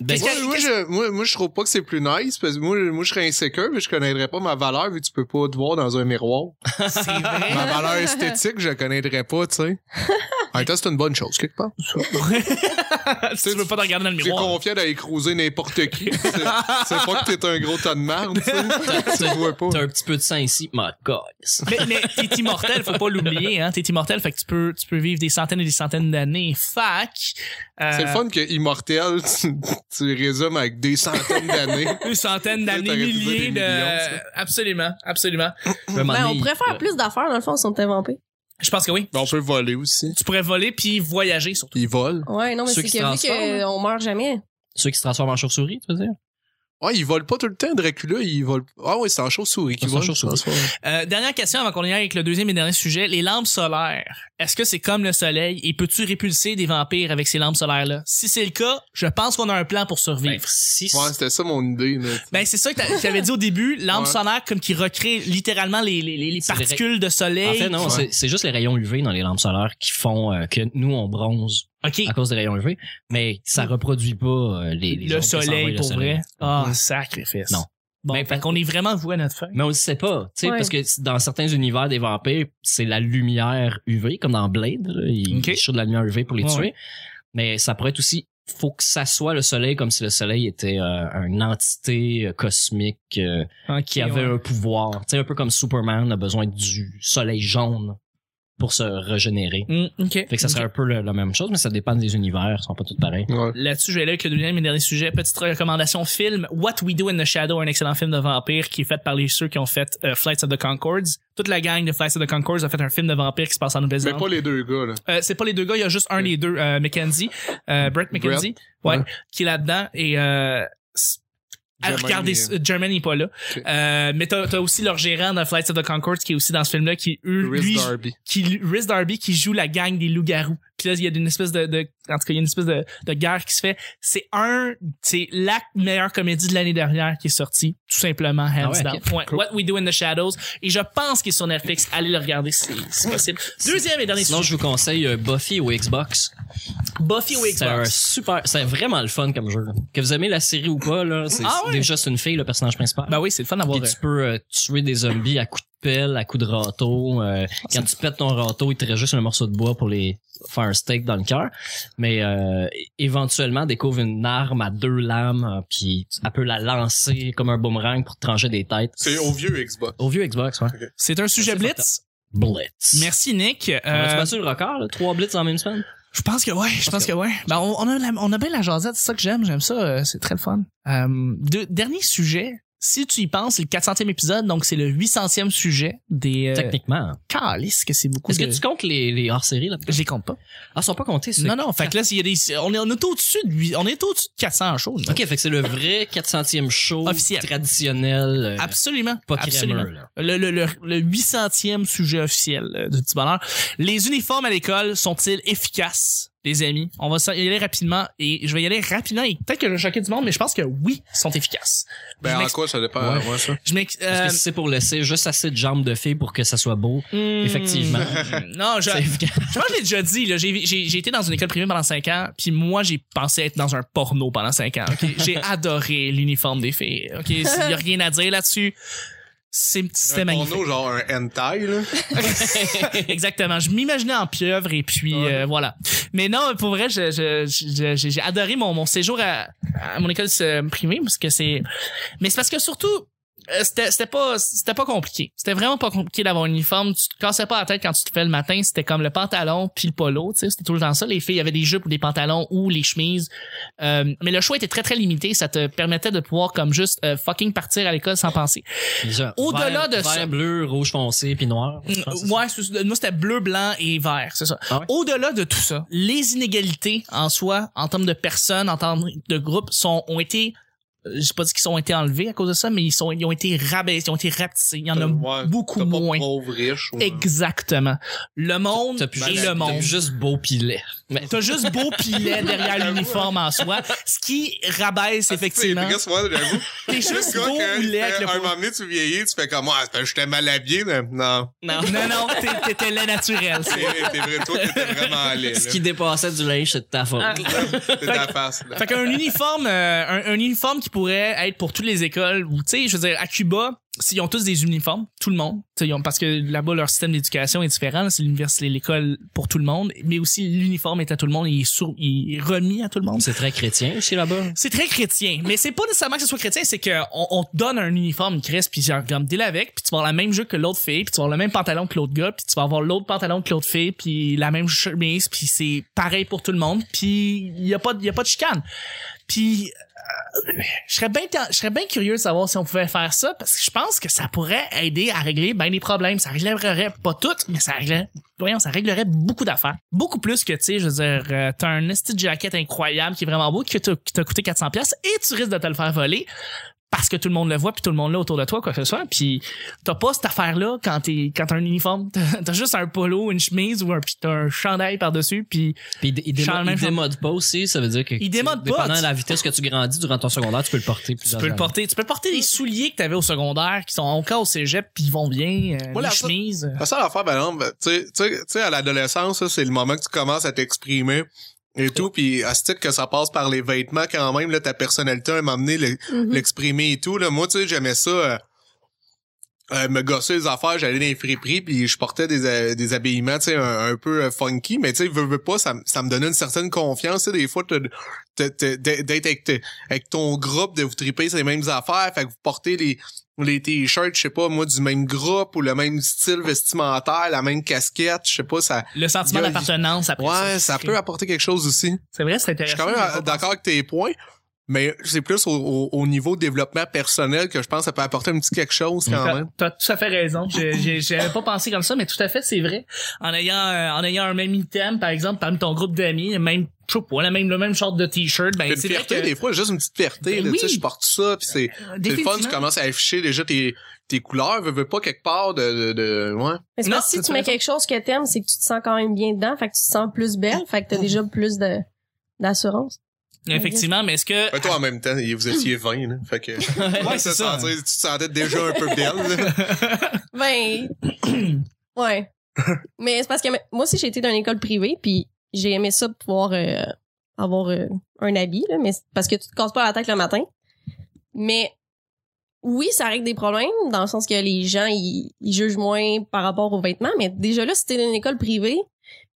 [SPEAKER 4] Ben,
[SPEAKER 2] Qu'est-ce
[SPEAKER 3] Moi,
[SPEAKER 2] que-
[SPEAKER 3] moi,
[SPEAKER 2] qu'est-ce-
[SPEAKER 3] je, moi, moi, je trouve pas que c'est plus nice parce que moi, moi je serais insécure mais je connaîtrais pas ma valeur vu que tu peux pas te voir dans un miroir.
[SPEAKER 2] C'est vrai.
[SPEAKER 3] Ma valeur esthétique, je la connaîtrais pas, tu sais. En même temps, c'est une bonne chose, quelque part.
[SPEAKER 2] si tu veux pas te regarder dans le
[SPEAKER 3] T'es
[SPEAKER 2] miroir.
[SPEAKER 3] confiant d'aller cruiser n'importe qui. C'est c'est pas que t'es un gros tas de marde, tu sais. Tu le vois pas.
[SPEAKER 4] T'as un petit peu de sang ici, my god.
[SPEAKER 2] Mais, mais t'es immortel, faut pas l'oublier, hein. T'es immortel, fait que tu peux, tu peux vivre des centaines et des centaines d'années. Fac. euh,
[SPEAKER 3] C'est le fun que Immortel, tu, tu résumes avec des centaines d'années.
[SPEAKER 2] Une centaine d'années,
[SPEAKER 3] T'aurais pu dire des
[SPEAKER 2] milliers de...
[SPEAKER 3] millions, ça.
[SPEAKER 2] absolument, absolument.
[SPEAKER 5] Ben, on pourrait faire plus d'affaires, dans le fond, si on était vampire.
[SPEAKER 2] Je pense que oui.
[SPEAKER 3] Mais On peut voler aussi.
[SPEAKER 2] Tu pourrais voler puis voyager surtout.
[SPEAKER 3] Ils volent.
[SPEAKER 5] Ouais, non, mais
[SPEAKER 4] Ceux
[SPEAKER 5] c'est
[SPEAKER 4] qui
[SPEAKER 5] que
[SPEAKER 4] se
[SPEAKER 5] vu
[SPEAKER 4] transforment.
[SPEAKER 5] qu'on meurt jamais.
[SPEAKER 4] euh, Ceux qui se transforment en chauve-souris, tu veux dire?
[SPEAKER 3] Ouais, ils volent pas tout le temps. Dracula, ils volent. Ah oui, c'est en chauve-souris qu'ils
[SPEAKER 4] C'est en
[SPEAKER 3] volent.
[SPEAKER 4] chauve-souris.
[SPEAKER 3] je pense, ouais.
[SPEAKER 2] Euh, dernière question avant qu'on y aille avec le deuxième et dernier sujet. Les lampes solaires. Est-ce que c'est comme le soleil et peux-tu répulser des vampires avec ces lampes solaires-là? Si c'est le cas, je pense qu'on a un plan pour
[SPEAKER 4] Ben,
[SPEAKER 2] survivre.
[SPEAKER 4] si,
[SPEAKER 3] Ouais, c'était ça mon idée. là.
[SPEAKER 2] Ben, c'est ça que t'a- t'avais dit au début, lampes
[SPEAKER 3] Ouais.
[SPEAKER 2] solaires comme qui recréent littéralement les, les, les- les
[SPEAKER 4] C'est des
[SPEAKER 2] particules de soleil.
[SPEAKER 4] en fait, non,
[SPEAKER 3] Ouais.
[SPEAKER 4] c'est- c'est juste les rayons UV dans les lampes solaires qui font euh, que nous, on bronze
[SPEAKER 2] OK.
[SPEAKER 4] à cause des rayons UV, mais ça reproduit pas euh, Ah, les, les
[SPEAKER 2] le
[SPEAKER 4] ondes que ça envoie
[SPEAKER 2] soleil,
[SPEAKER 4] le
[SPEAKER 2] pour
[SPEAKER 4] soleil.
[SPEAKER 2] vrai. Ah, sacrifice.
[SPEAKER 4] Non.
[SPEAKER 2] Bon,
[SPEAKER 4] Mais-
[SPEAKER 2] fait qu'on est vraiment voué à notre feuille.
[SPEAKER 4] Mais on le sait pas, tu sais,
[SPEAKER 5] Ouais.
[SPEAKER 4] parce que c- dans certains univers des vampires, c'est la lumière UV, comme dans Blade, là, ils
[SPEAKER 2] Ok.
[SPEAKER 4] ils shootent de la lumière UV pour les
[SPEAKER 2] Ouais,
[SPEAKER 4] tuer.
[SPEAKER 2] ouais.
[SPEAKER 4] Mais ça pourrait être aussi, faut que ça soit le soleil, comme si le soleil était euh, une entité euh, cosmique euh, qui avait un pouvoir. Tu sais, un peu comme Superman a besoin du soleil jaune pour se régénérer.
[SPEAKER 2] Mm, OK.
[SPEAKER 4] Fait que ça serait un peu le- la même chose, mais ça dépend des univers, ils sont pas tous pareils.
[SPEAKER 3] Ouais.
[SPEAKER 2] Là-dessus, je vais aller avec le deuxième et dernier sujet. Petite recommandation film. What We Do in the Shadow, un excellent film de vampire qui est fait par les ceux qui ont fait euh, Flights of the Concords. Toute la gang de Flights of the Concords a fait un film de vampire qui se passe en
[SPEAKER 3] Mais pas
[SPEAKER 2] Nouvelle-Zélande.
[SPEAKER 3] les deux gars, là.
[SPEAKER 2] Euh, c'est pas les deux gars, il y a juste un des deux, euh, Mackenzie, euh, Brett Mackenzie, ouais,
[SPEAKER 3] ouais.
[SPEAKER 2] qui est là-dedans et euh, s- à
[SPEAKER 3] Jermaine
[SPEAKER 2] regarder,
[SPEAKER 3] est-
[SPEAKER 2] euh, Jermaine n'est pas là.
[SPEAKER 3] Ok.
[SPEAKER 2] Euh, mais t'as, t'as aussi leur gérant de Flights of the Concords qui est aussi dans ce film-là, qui eux,
[SPEAKER 3] Chris
[SPEAKER 2] lui,
[SPEAKER 3] Darby.
[SPEAKER 2] qui Riz Darby qui joue la gang des loups-garous. Puis là, il y a une espèce de, de en tout cas, il y a une espèce de, de guerre qui se fait. C'est un, c'est la meilleure comédie de l'année dernière qui est sortie, tout simplement hands
[SPEAKER 4] Ah ouais,
[SPEAKER 2] down. Ouais. What We Do in the Shadows. Et je pense qu'il est sur Netflix. Allez le regarder si c'est possible. Deuxième et dernier
[SPEAKER 4] Sinon,
[SPEAKER 2] sujet.
[SPEAKER 4] je vous conseille euh, Buffy ou Xbox.
[SPEAKER 2] Buffy ou
[SPEAKER 4] C'est un
[SPEAKER 2] Xbox.
[SPEAKER 4] super, c'est vraiment le fun comme jeu. Que vous aimez la série ou pas, là, c'est
[SPEAKER 2] Ah ouais?
[SPEAKER 4] déjà c'est une fille le personnage principal.
[SPEAKER 2] Ben oui, c'est le fun d'avoir.
[SPEAKER 4] Puis tu peux euh, tuer des zombies à coups de pelle, à coups de râteau. euh, quand tu pètes ton râteau, il te reste juste un morceau de bois pour les faire un steak dans le cœur. Mais euh, é- éventuellement, découvre une arme à deux lames, euh, puis tu- elle peut la lancer comme un boomerang pour te trancher des têtes.
[SPEAKER 3] C'est au vieux Xbox.
[SPEAKER 4] Au vieux Xbox, ouais.
[SPEAKER 2] euh, C'est un sujet
[SPEAKER 4] C'est
[SPEAKER 2] blitz.
[SPEAKER 4] Blitz.
[SPEAKER 2] Merci Nick.
[SPEAKER 4] On a-tu
[SPEAKER 2] Euh,
[SPEAKER 4] battu le record, là? Trois blitz en même semaine?
[SPEAKER 2] Je pense que ouais, je pense que ouais. Ben on, on a la- on a bien la jasette, c'est ça que j'aime, j'aime ça, euh, c'est très le fun. Euh, deux- dernier sujet, si tu y penses, c'est le 400e épisode, donc c'est le 800e sujet des euh,
[SPEAKER 4] Techniquement.
[SPEAKER 2] Calice que c'est beaucoup
[SPEAKER 4] Est-ce
[SPEAKER 2] de-
[SPEAKER 4] que tu comptes les, les hors-séries, là?
[SPEAKER 2] je les compte pas.
[SPEAKER 4] Ah, ils sont pas comptés, ceux
[SPEAKER 2] Non non, fait que là s'il y a des on est on est au-dessus de huit- on est au-dessus de 400 en choses.
[SPEAKER 4] OK, fait que c'est le vrai 400e show
[SPEAKER 2] Officiel.
[SPEAKER 4] traditionnel. euh,
[SPEAKER 2] Absolument,
[SPEAKER 4] pas
[SPEAKER 2] absolument.
[SPEAKER 4] crémeux, là.
[SPEAKER 2] Le, le, le, le 800e sujet officiel euh, du petit bonheur. Les uniformes à l'école sont-ils efficaces, les amis? On va s'en- y aller rapidement et je vais y aller rapidement et peut-être que je vais choquer du monde, mais je pense que oui, ils sont efficaces.
[SPEAKER 3] Ben,
[SPEAKER 2] je
[SPEAKER 3] en
[SPEAKER 2] m'ex-
[SPEAKER 3] quoi ça dépend?
[SPEAKER 4] Ouais.
[SPEAKER 3] ouais, ça.
[SPEAKER 2] je m'ex-
[SPEAKER 4] Parce
[SPEAKER 2] euh,
[SPEAKER 4] que si c'est pour laisser juste assez de jambes de filles pour que ça soit beau,
[SPEAKER 2] hmm,
[SPEAKER 4] effectivement.
[SPEAKER 2] non, je,
[SPEAKER 4] c'est efficace.
[SPEAKER 2] je pense que je l'ai déjà dit. là. J'ai, j'ai, j'ai été dans une école privée pendant 5 ans, puis moi, j'ai pensé être dans un porno pendant 5 ans. ok? j'ai adoré l'uniforme des filles. ok? Il y a rien à dire là-dessus. C'est, c'était
[SPEAKER 3] Un
[SPEAKER 2] magnifique.
[SPEAKER 3] porno, genre un hentai, là.
[SPEAKER 2] Exactement. Je m'imaginais en pieuvre et puis
[SPEAKER 3] Ouais.
[SPEAKER 2] euh, voilà. Mais non, pour vrai, je- je- je- je- j'ai adoré mon, mon séjour à, à mon école euh, privée parce que c'est. Mais c'est parce que surtout. euh, C'était c'était pas c'était pas compliqué. C'était vraiment pas compliqué d'avoir un uniforme. Tu te cassais pas la tête quand tu te fais le matin. C'était comme le pantalon puis le polo. Tu sais, c'était tout le temps ça. Les filles avaient des jupes ou des pantalons ou les chemises. Euh, mais le choix était très très limité. Ça te permettait de pouvoir comme juste euh, fucking partir à l'école sans penser.
[SPEAKER 4] Genre,
[SPEAKER 2] Au-delà
[SPEAKER 4] vert-
[SPEAKER 2] de ça-
[SPEAKER 4] Vert, bleu, rouge foncé, puis noir. je pense que c'est
[SPEAKER 2] Ouais, c'est- c'est- nous c'était bleu, blanc et vert, c'est ça.
[SPEAKER 4] Ah ouais?
[SPEAKER 2] Au-delà de tout ça, les inégalités en soi, en termes de personnes, en termes de groupes, sont ont été euh, j'ai pas dit qu'ils ont été enlevés à cause de ça, mais ils, sont, ils ont été rabaissés, ils ont été rapetissés. Il y en
[SPEAKER 4] Euh,
[SPEAKER 2] a
[SPEAKER 3] Ouais,
[SPEAKER 2] beaucoup
[SPEAKER 3] T'as pas
[SPEAKER 2] moins.
[SPEAKER 3] pauvre, riche. ouais.
[SPEAKER 2] Exactement. Le monde
[SPEAKER 4] T'as plus
[SPEAKER 2] et
[SPEAKER 4] juste-
[SPEAKER 2] ben, le
[SPEAKER 4] t'as
[SPEAKER 2] monde.
[SPEAKER 4] juste beau pilet. Mais
[SPEAKER 2] T'as juste beau pilet derrière l'uniforme en soi, ce qui rabaisse
[SPEAKER 4] Ah,
[SPEAKER 2] effectivement.
[SPEAKER 3] Parce que C'est dégueulasse, moi, j'avoue.
[SPEAKER 2] T'es juste
[SPEAKER 3] Le gars,
[SPEAKER 2] beau
[SPEAKER 3] quand il
[SPEAKER 2] ou laid
[SPEAKER 3] fait,
[SPEAKER 2] avec le
[SPEAKER 3] un
[SPEAKER 2] pauvre-
[SPEAKER 3] moment donné, tu vieillis, tu fais comme, ah, c'est parce que j'étais mal habillé, mais non.
[SPEAKER 2] Non, non, non, t'es- t'étais laid naturel.
[SPEAKER 3] C'est
[SPEAKER 2] c'est-
[SPEAKER 3] c'est vrai, toi, t'étais vraiment laid.
[SPEAKER 4] ce
[SPEAKER 3] là.
[SPEAKER 4] qui dépassait du linge, c'est de ta
[SPEAKER 2] Ah.
[SPEAKER 4] faute.
[SPEAKER 3] T'es ta face, là.
[SPEAKER 2] Fait qu'un uniforme, euh, un, un uniforme qui pourrait être pour toutes les écoles, ou tu sais, je veux dire, à Cuba, s'ils ont tous des uniformes, tout le monde, tu sais, ils ont- parce que là-bas, leur système d'éducation est différent, là, c'est l'université, l'école pour tout le monde, mais aussi l'uniforme est à tout le monde, il est, sou- il est remis à tout le monde.
[SPEAKER 4] C'est très chrétien chez là-bas.
[SPEAKER 2] C'est très chrétien, mais c'est pas nécessairement que ce soit chrétien, c'est qu'on on te donne un uniforme, Chris, puis genre, comme, deal avec, puis tu vas avoir la même jupe que l'autre fille, puis tu vas avoir le même pantalon que l'autre gars, puis tu vas avoir l'autre pantalon que l'autre fille, puis la même chemise, puis c'est pareil pour tout le monde, puis il y a pas de- y a pas de chicane. Puis euh, je serais bien ten- je serais bien curieux de savoir si on pouvait faire ça parce que je pense que ça pourrait aider à régler bien des problèmes, ça réglerait pas tout, mais ça réglerait voyons, ça réglerait beaucoup d'affaires. Beaucoup plus que, tu sais, je veux dire, euh, t'as un esti de jacket incroyable qui est vraiment beau, qui t'a qui t'a coûté 400$ piastres et tu risques de te le faire voler parce que tout le monde le voit puis tout le monde là autour de toi, quoi que ce soit. Puis t'as pas cette affaire-là quand t'es quand t'as un uniforme. T'as t'as juste un polo, une chemise ou un, puis t'as un chandail par-dessus puis
[SPEAKER 4] Puis il, il, démo-
[SPEAKER 2] Charles,
[SPEAKER 4] il
[SPEAKER 2] même-
[SPEAKER 4] démode pas aussi, ça veut dire que.
[SPEAKER 2] Il démode pas,
[SPEAKER 4] Dépendant
[SPEAKER 2] tu-
[SPEAKER 4] de la vitesse que tu grandis durant ton secondaire, tu peux le porter.
[SPEAKER 2] tu peux le porter. Tu peux porter des souliers que t'avais au secondaire qui sont encore au cégep puis ils vont bien, euh,
[SPEAKER 3] Voilà,
[SPEAKER 2] les
[SPEAKER 3] ça-
[SPEAKER 2] chemises.
[SPEAKER 3] La seule affaire, par exemple, tu sais- tu sais, tu sais, à l'adolescence, ça, c'est le moment que tu commences à t'exprimer et tout, puis à ce titre que ça passe par les vêtements quand même, là, ta personnalité, à m'emmener l'exprimer et tout, là. Moi, tu sais, j'aimais ça, euh, euh, me gosser les affaires, j'allais dans les friperies, puis je portais des, euh, des habillements, tu sais, un, un peu euh, funky, mais tu sais, veux, veux pas, ça, me- ça me donnait une certaine confiance, tu sais, des fois, t'as- t'as- t'as- d'être avec, t- avec ton groupe, de vous triper sur les mêmes affaires, fait que vous portez les, les t-shirts, je sais pas, moi, du même groupe, ou le même style vestimentaire, la même casquette, je sais pas, ça,
[SPEAKER 2] Le sentiment
[SPEAKER 3] il y a-
[SPEAKER 2] d'appartenance après
[SPEAKER 3] ouais, ça peut apporter quelque chose aussi.
[SPEAKER 2] C'est vrai, c'est
[SPEAKER 3] Je
[SPEAKER 2] intéressant.
[SPEAKER 3] suis quand même euh, d'accord avec tes points, mais c'est plus au, au, au niveau développement personnel que je pense que ça peut apporter un petit quelque chose quand
[SPEAKER 2] T'as-
[SPEAKER 3] même.
[SPEAKER 2] T'as tout à fait raison. Je- j'ai- J'avais pas pensé comme ça, mais tout à fait, c'est vrai. En ayant, euh, en ayant un même item, par exemple, parmi ton groupe d'amis, le même, je sais pas, le même, le même genre de t-shirt, ben,
[SPEAKER 3] Une
[SPEAKER 2] c'est vrai
[SPEAKER 3] fierté,
[SPEAKER 2] que,
[SPEAKER 3] des fois, juste une petite fierté.
[SPEAKER 2] Ben
[SPEAKER 3] là, tu sais,
[SPEAKER 2] oui.
[SPEAKER 3] je porte ça, puis c'est c'est le fun, tu
[SPEAKER 2] définitivement.
[SPEAKER 3] commences à afficher déjà tes, tes couleurs, veux, veux pas quelque part de... de, de- ouais.
[SPEAKER 5] Mais c'est
[SPEAKER 2] Non,
[SPEAKER 5] parce que
[SPEAKER 2] t'as
[SPEAKER 5] si tu mets
[SPEAKER 2] raison.
[SPEAKER 5] quelque chose que t'aimes, c'est que tu te sens quand même bien dedans, fait que tu te sens plus belle, fait que t'as déjà plus de d'assurance.
[SPEAKER 2] Effectivement, mais est-ce que,
[SPEAKER 3] Ben, toi, en même temps, vous étiez 20, là, fait que...
[SPEAKER 2] ouais, c'est
[SPEAKER 3] te
[SPEAKER 2] ça.
[SPEAKER 3] sentais- tu te sentais déjà un peu belle. là.
[SPEAKER 5] Ben, ouais. Mais c'est parce que moi aussi j'ai été dans une école privée, puis j'ai aimé ça de pouvoir euh, avoir euh, un habit, là, mais c'est parce que tu te casses pas la tête le matin. Mais oui, ça règle des problèmes dans le sens que les gens ils, ils jugent moins par rapport aux vêtements, mais déjà là, si t'es dans une école privée,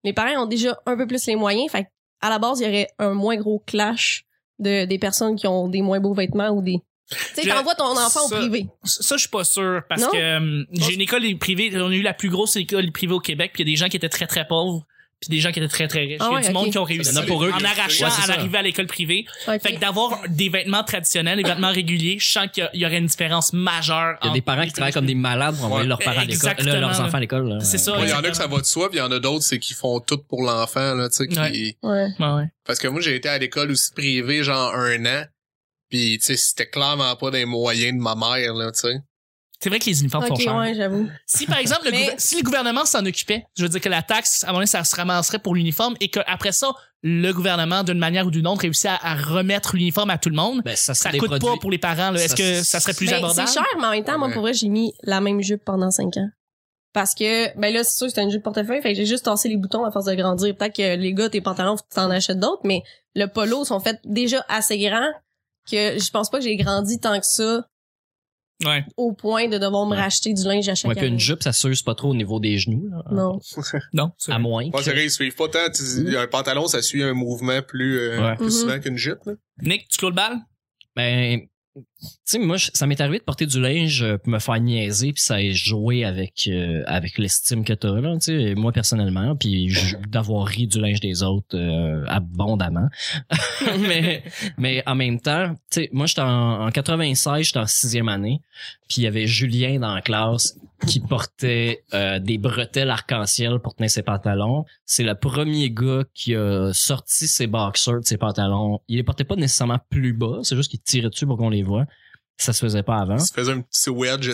[SPEAKER 5] les parents ont déjà un peu plus les moyens. Fait que, à la base, il y aurait un moins gros clash de des personnes qui ont des moins beaux vêtements ou des. Tu sais,
[SPEAKER 2] Je-
[SPEAKER 5] t'envoies ton enfant au
[SPEAKER 2] ça-
[SPEAKER 5] privé.
[SPEAKER 2] Ça, je suis pas sûr parce
[SPEAKER 5] Non?
[SPEAKER 2] que euh, j'ai une école privée. On a eu la plus grosse école privée au Québec. Puis il y a des gens qui étaient très très pauvres, puis des gens qui étaient très très riches.
[SPEAKER 5] Ah
[SPEAKER 2] Il y a
[SPEAKER 5] ouais,
[SPEAKER 2] du
[SPEAKER 5] ok.
[SPEAKER 2] monde qui ont réussi
[SPEAKER 4] Il y en a pour eux
[SPEAKER 2] en
[SPEAKER 4] qui-
[SPEAKER 2] arrachant
[SPEAKER 4] Ouais, c'est
[SPEAKER 2] à
[SPEAKER 4] ça.
[SPEAKER 2] l'arrivée à l'école privée.
[SPEAKER 5] Ok.
[SPEAKER 2] Fait que d'avoir des vêtements traditionnels, des vêtements réguliers, je sens qu'il y, aurait une différence majeure.
[SPEAKER 4] Il y a des
[SPEAKER 2] entre
[SPEAKER 4] parents
[SPEAKER 2] les
[SPEAKER 4] qui travaillent comme des malades pour envoyer
[SPEAKER 3] Ouais.
[SPEAKER 4] leurs parents à l'école,
[SPEAKER 2] Exactement,
[SPEAKER 4] là, leurs
[SPEAKER 2] là.
[SPEAKER 4] enfants à l'école. là.
[SPEAKER 2] C'est ça,
[SPEAKER 3] Il
[SPEAKER 4] Ouais.
[SPEAKER 3] y en a
[SPEAKER 2] exactement.
[SPEAKER 3] que ça va de soi, puis il y en a d'autres, c'est qu'ils font tout pour l'enfant, là, tu sais, qui-
[SPEAKER 2] Ouais.
[SPEAKER 5] Ouais.
[SPEAKER 2] Ouais, ouais.
[SPEAKER 3] Parce que moi, j'ai été à l'école aussi privée, genre un an. Puis, tu sais, c'était clairement pas des moyens de ma mère, là, tu sais.
[SPEAKER 2] C'est vrai que les uniformes sont
[SPEAKER 5] Ok,
[SPEAKER 2] chers.
[SPEAKER 5] ouais, j'avoue.
[SPEAKER 2] Si par exemple le,
[SPEAKER 5] Mais-
[SPEAKER 2] gouver- si le gouvernement s'en occupait, je veux dire que la taxe, à un moment donné, ça se ramasserait pour l'uniforme et qu'après ça, le gouvernement, d'une manière ou d'une autre, réussit à, à remettre l'uniforme à tout le monde.
[SPEAKER 4] Ben, ça,
[SPEAKER 2] Ça
[SPEAKER 4] serait des
[SPEAKER 2] coûte pas
[SPEAKER 4] produits-
[SPEAKER 2] pour les parents. là. Est-ce
[SPEAKER 4] Ça-
[SPEAKER 2] que ça serait plus
[SPEAKER 5] Ben,
[SPEAKER 2] abordable?
[SPEAKER 5] C'est cher, mais en même temps, moi,
[SPEAKER 3] Ouais.
[SPEAKER 5] pour vrai, j'ai mis la même jupe pendant 5 ans. Parce que, ben là, c'est sûr que c'était une jupe portefeuille, fait que j'ai juste tassé les boutons à force de grandir. Peut-être que les gars, tes pantalons, faut que t'en achètes d'autres, mais le polo sont faits déjà assez grands que je pense pas que j'ai grandi tant que ça
[SPEAKER 2] Ouais.
[SPEAKER 5] au point de devoir me
[SPEAKER 4] Ouais.
[SPEAKER 5] racheter du linge à chaque
[SPEAKER 4] Ouais, puis une
[SPEAKER 5] année.
[SPEAKER 4] jupe, hein. ça s'use pas trop au niveau des genoux. là.
[SPEAKER 5] Non.
[SPEAKER 2] Non.
[SPEAKER 4] À moins.
[SPEAKER 3] Moi,
[SPEAKER 4] que-
[SPEAKER 3] c'est vrai, ils suivent pas tant. tu- Un pantalon, ça suit un mouvement plus, euh,
[SPEAKER 4] Ouais.
[SPEAKER 3] plus
[SPEAKER 5] Mhm.
[SPEAKER 3] souvent qu'une jupe, là.
[SPEAKER 2] Nick, tu clôt le bal?
[SPEAKER 4] Ben, tu sais, moi, je- ça m'est arrivé de porter du linge euh, pour me faire niaiser, puis ça est joué avec euh, avec l'estime que t'as là, tu sais, moi personnellement, puis je- d'avoir ri du linge des autres euh, abondamment. mais mais en même temps, tu sais, moi j'étais en, en 96, j'étais en sixième année, puis il y avait Julien dans la classe qui portait euh, des bretelles arc-en-ciel pour tenir ses pantalons. C'est le premier gars qui a sorti ses boxers de ses pantalons. Il les portait pas nécessairement plus bas, c'est juste qu'il tirait dessus pour qu'on les voit. Ça se faisait pas avant.
[SPEAKER 3] Il se faisait un petit wedge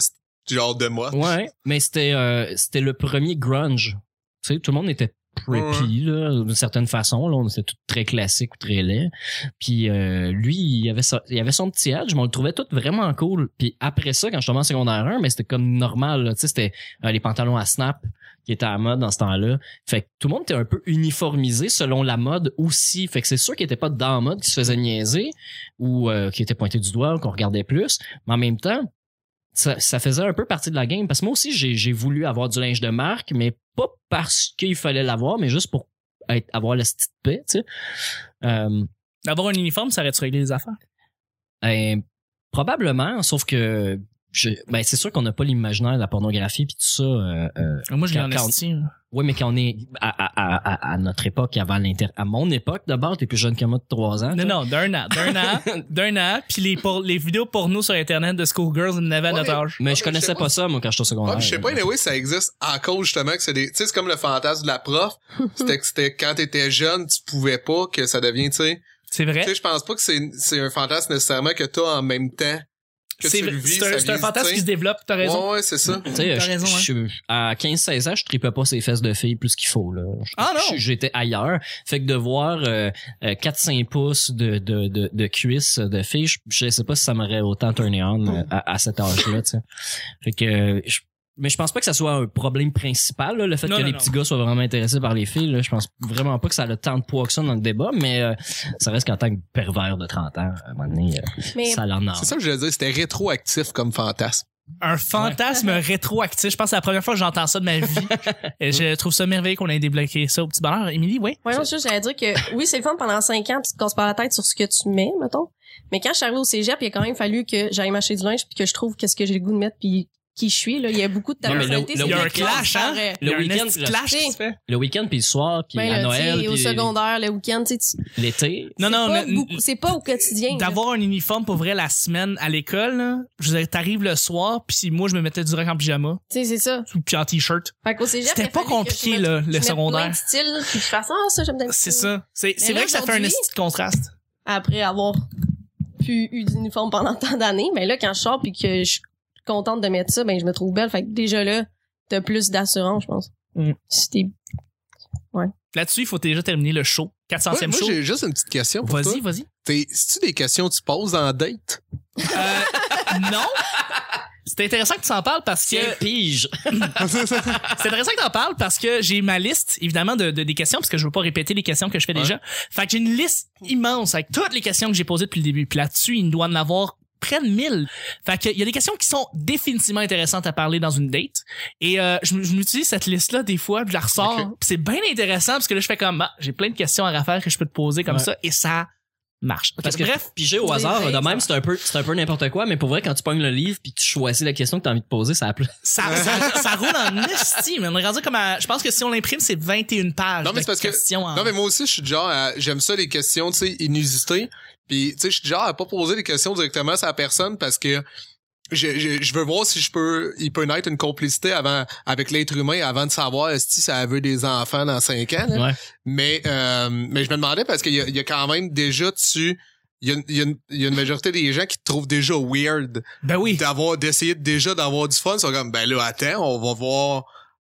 [SPEAKER 3] genre de moi.
[SPEAKER 4] Ouais, mais c'était euh, c'était le premier grunge. Tu sais, tout le monde était preppy là, d'une certaine façon. Là, on était tout très classique ou très laid. Puis euh, lui, il avait son, il avait son petit edge, mais on le trouvait tout vraiment cool. Puis après ça, quand je tombais en secondaire 1, mais c'était comme normal. là. Tu sais, c'était euh, les pantalons à snap qui étaient à la mode dans ce temps-là. Fait que tout le monde était un peu uniformisé selon la mode aussi. Fait que c'est sûr qu'il était pas dans la mode, qui se faisait niaiser ou euh, qui était pointé du doigt, ou qu'on regardait plus. Mais en même temps, ça, ça faisait un peu partie de la game parce que moi aussi j'ai, j'ai voulu avoir du linge de marque mais pas parce qu'il fallait l'avoir mais juste pour être, avoir la petite paix tu sais Euh,
[SPEAKER 2] D'avoir un uniforme, ça aurait-tu réglé les affaires?
[SPEAKER 4] euh, probablement sauf que je, ben c'est sûr qu'on n'a pas l'imaginaire de la pornographie puis tout ça euh, euh,
[SPEAKER 2] Moi, je l'ai en
[SPEAKER 4] Quand-
[SPEAKER 2] esti, là.
[SPEAKER 4] Oui, mais quand on est à, à, à- à, à notre époque, avant l'inter, à mon époque d'abord, t'es plus jeune que moi de trois ans.
[SPEAKER 2] Non,
[SPEAKER 4] toi.
[SPEAKER 2] non, d'un an, d'un an, d'un an, puis les, por- les vidéos porno sur Internet de Schoolgirls, ils en avaient à
[SPEAKER 3] Ouais,
[SPEAKER 2] notre âge.
[SPEAKER 3] Ouais, Ah, mais
[SPEAKER 4] Mais je
[SPEAKER 3] je sais
[SPEAKER 4] connaissais
[SPEAKER 3] pas.
[SPEAKER 4] pas ça, moi, quand j'étais au
[SPEAKER 3] Ouais,
[SPEAKER 4] secondaire.
[SPEAKER 3] Ah, puis je sais pas, anyway, ça existe à cause justement que c'est des. Tu sais, c'est comme le fantasme de la prof. C'était que c'était quand t'étais jeune, tu pouvais pas que ça devient, tu sais.
[SPEAKER 2] C'est vrai?
[SPEAKER 3] Tu sais, je pense pas que c'est c'est un fantasme nécessairement que t'as en même temps que
[SPEAKER 2] C'est
[SPEAKER 3] tu le
[SPEAKER 2] vrai.
[SPEAKER 3] vis.
[SPEAKER 2] C'est
[SPEAKER 3] ça
[SPEAKER 2] un, c'est un
[SPEAKER 3] vient,
[SPEAKER 2] fantasme
[SPEAKER 3] tu
[SPEAKER 2] qui
[SPEAKER 3] sais.
[SPEAKER 2] se développe, t'as raison.
[SPEAKER 3] Ouais, ouais, c'est ça.
[SPEAKER 4] Tu sais,
[SPEAKER 2] T'as
[SPEAKER 4] je-
[SPEAKER 2] raison, hein.
[SPEAKER 4] je- à 15-16 ans, je tripais pas ces fesses de filles plus qu'il faut. Là. Je-
[SPEAKER 2] Ah, non!
[SPEAKER 4] je- J'étais ailleurs. Fait que de voir euh, euh, 4-5 pouces de, de, de, de cuisses de filles, je, je sais pas si ça m'aurait autant turné on euh, à, à cet âge-là. tu sais. fait que... euh, je- mais je pense pas que ça soit un problème principal, là, le fait
[SPEAKER 2] Non,
[SPEAKER 4] que
[SPEAKER 2] non,
[SPEAKER 4] les
[SPEAKER 2] non.
[SPEAKER 4] petits gars soient vraiment intéressés par les filles. Là, je pense vraiment pas que ça a le tant de poids que ça dans le débat, mais euh, ça reste qu'en tant que pervers de 30 ans, à un moment donné, euh,
[SPEAKER 5] Mais
[SPEAKER 4] ça l'en a.
[SPEAKER 3] C'est ça que je veux dire, c'était rétroactif comme fantasme.
[SPEAKER 2] Un fantasme rétroactif. Je pense que c'est la première fois que j'entends ça de ma vie. Et je trouve ça merveilleux qu'on ait débloqué ça au petit bonheur. Émilie, oui?
[SPEAKER 5] voyons, juste, j'allais dire que oui, c'est le fun pendant cinq ans, tu te casses pas la tête sur ce que tu mets, mettons. Mais quand je suis arrivée au cégep, il a quand même fallu que j'aille m'acheter du linge puis que je trouve qu'est-ce que j'ai le goût de mettre puis qui je suis, là. Il y a beaucoup de ta
[SPEAKER 4] Non, mais le-
[SPEAKER 5] personnalité,
[SPEAKER 4] le-
[SPEAKER 5] c'est
[SPEAKER 4] il y a
[SPEAKER 5] bien
[SPEAKER 2] un
[SPEAKER 5] clair,
[SPEAKER 2] clash, hein?
[SPEAKER 5] par, euh,
[SPEAKER 2] Il y a
[SPEAKER 4] Le
[SPEAKER 2] un
[SPEAKER 4] week-end,
[SPEAKER 2] esti
[SPEAKER 4] là.
[SPEAKER 2] clash qui se fait.
[SPEAKER 4] Le week-end, puis le soir, puis
[SPEAKER 5] ben,
[SPEAKER 4] à
[SPEAKER 5] là, tu sais,
[SPEAKER 4] Noël,
[SPEAKER 5] au
[SPEAKER 4] puis euh,
[SPEAKER 5] secondaire, le week-end, tu sais, tu-
[SPEAKER 4] l'été.
[SPEAKER 2] Non,
[SPEAKER 5] c'est
[SPEAKER 2] non,
[SPEAKER 5] pas
[SPEAKER 2] mais-
[SPEAKER 5] beaucoup- c'est pas au quotidien. là.
[SPEAKER 2] D'avoir un uniforme pour vrai la semaine à l'école, là, je veux dire, t'arrives le soir, puis moi je me mettais du rock en pyjama,
[SPEAKER 5] Tu sais, c'est ça.
[SPEAKER 2] puis en t-shirt.
[SPEAKER 5] Fait qu'au cégep, il
[SPEAKER 2] C'était
[SPEAKER 5] a
[SPEAKER 2] pas
[SPEAKER 5] fallu que je
[SPEAKER 2] compliqué,
[SPEAKER 5] mette-
[SPEAKER 2] là,
[SPEAKER 5] je
[SPEAKER 2] le
[SPEAKER 5] mette plein
[SPEAKER 2] secondaire.
[SPEAKER 5] de styles, puis je fasse, ah, ça, j'aime bien
[SPEAKER 2] C'est ça. C'est c'est
[SPEAKER 5] là,
[SPEAKER 2] vrai que ça fait un
[SPEAKER 5] aujourd'hui-
[SPEAKER 2] esti de contraste.
[SPEAKER 5] après avoir pu eu d'uniforme pendant tant d'années, mais là, quand je sors puis que je suis contente de mettre ça, ben je me trouve belle. Fait que déjà là, t'as plus d'assurance, je pense.
[SPEAKER 2] Mm.
[SPEAKER 5] Si t'es-
[SPEAKER 2] Là-dessus, il faut déjà terminer le show. 400e
[SPEAKER 3] Ouais, moi,
[SPEAKER 2] show.
[SPEAKER 3] j'ai juste une petite question pour toi.
[SPEAKER 2] Vas-y, vas-y.
[SPEAKER 3] T'es- C'est-tu des questions que tu poses en date?
[SPEAKER 2] Euh, non. C'est intéressant que tu s'en parles parce que
[SPEAKER 4] Tiens, pige!
[SPEAKER 2] c'est intéressant que t'en parles parce que j'ai ma liste évidemment de, de- des questions parce que je veux pas répéter les questions que je fais
[SPEAKER 3] Ouais.
[SPEAKER 2] déjà. Fait que j'ai une liste immense avec toutes les questions que j'ai posées depuis le début. Puis là-dessus, il doit en avoir près de 1000. Fait que il y a des questions qui sont définitivement intéressantes à parler dans une date et euh, je, m- je m'utilise cette liste là des fois, puis je la ressors.
[SPEAKER 3] Ok.
[SPEAKER 2] Puis c'est bien intéressant parce que là je fais comme ah, j'ai plein de questions à Raphaël que je peux te poser comme
[SPEAKER 4] Ouais.
[SPEAKER 2] ça et ça marche.
[SPEAKER 4] Parce que
[SPEAKER 2] bref,
[SPEAKER 4] piger au
[SPEAKER 5] Des
[SPEAKER 4] hasard,
[SPEAKER 5] vrais,
[SPEAKER 4] de même,
[SPEAKER 5] ça.
[SPEAKER 4] c'est un peu, c'est un peu n'importe quoi, mais pour vrai, quand tu pognes le livre puis que tu choisis la question que t'as envie de poser, ça a plus.
[SPEAKER 2] Ça, ça, ça roule en esti, mais on est rendu comme à, je pense que si on l'imprime, c'est 21 pages.
[SPEAKER 3] Non, mais c'est
[SPEAKER 2] de
[SPEAKER 3] parce que-
[SPEAKER 2] questions en-
[SPEAKER 3] Non, mais moi aussi, je suis du genre à- j'aime ça les questions, tu sais, inusitées. Puis, tu sais, je suis du genre à pas poser des questions directement à la personne parce que je, je, je veux voir si je peux, il peut naître une complicité avant, avec l'être humain avant de savoir si ça veut des enfants dans cinq ans. là.
[SPEAKER 4] Ouais.
[SPEAKER 3] Mais, euh, mais je me demandais parce qu'il y a, il y a quand même déjà tu il y, a, une- il y a une- il y a une majorité des gens qui te trouvent déjà weird
[SPEAKER 2] Ben oui.
[SPEAKER 3] d'avoir d'essayer déjà d'avoir du fun ils sont comme ben là attends on va voir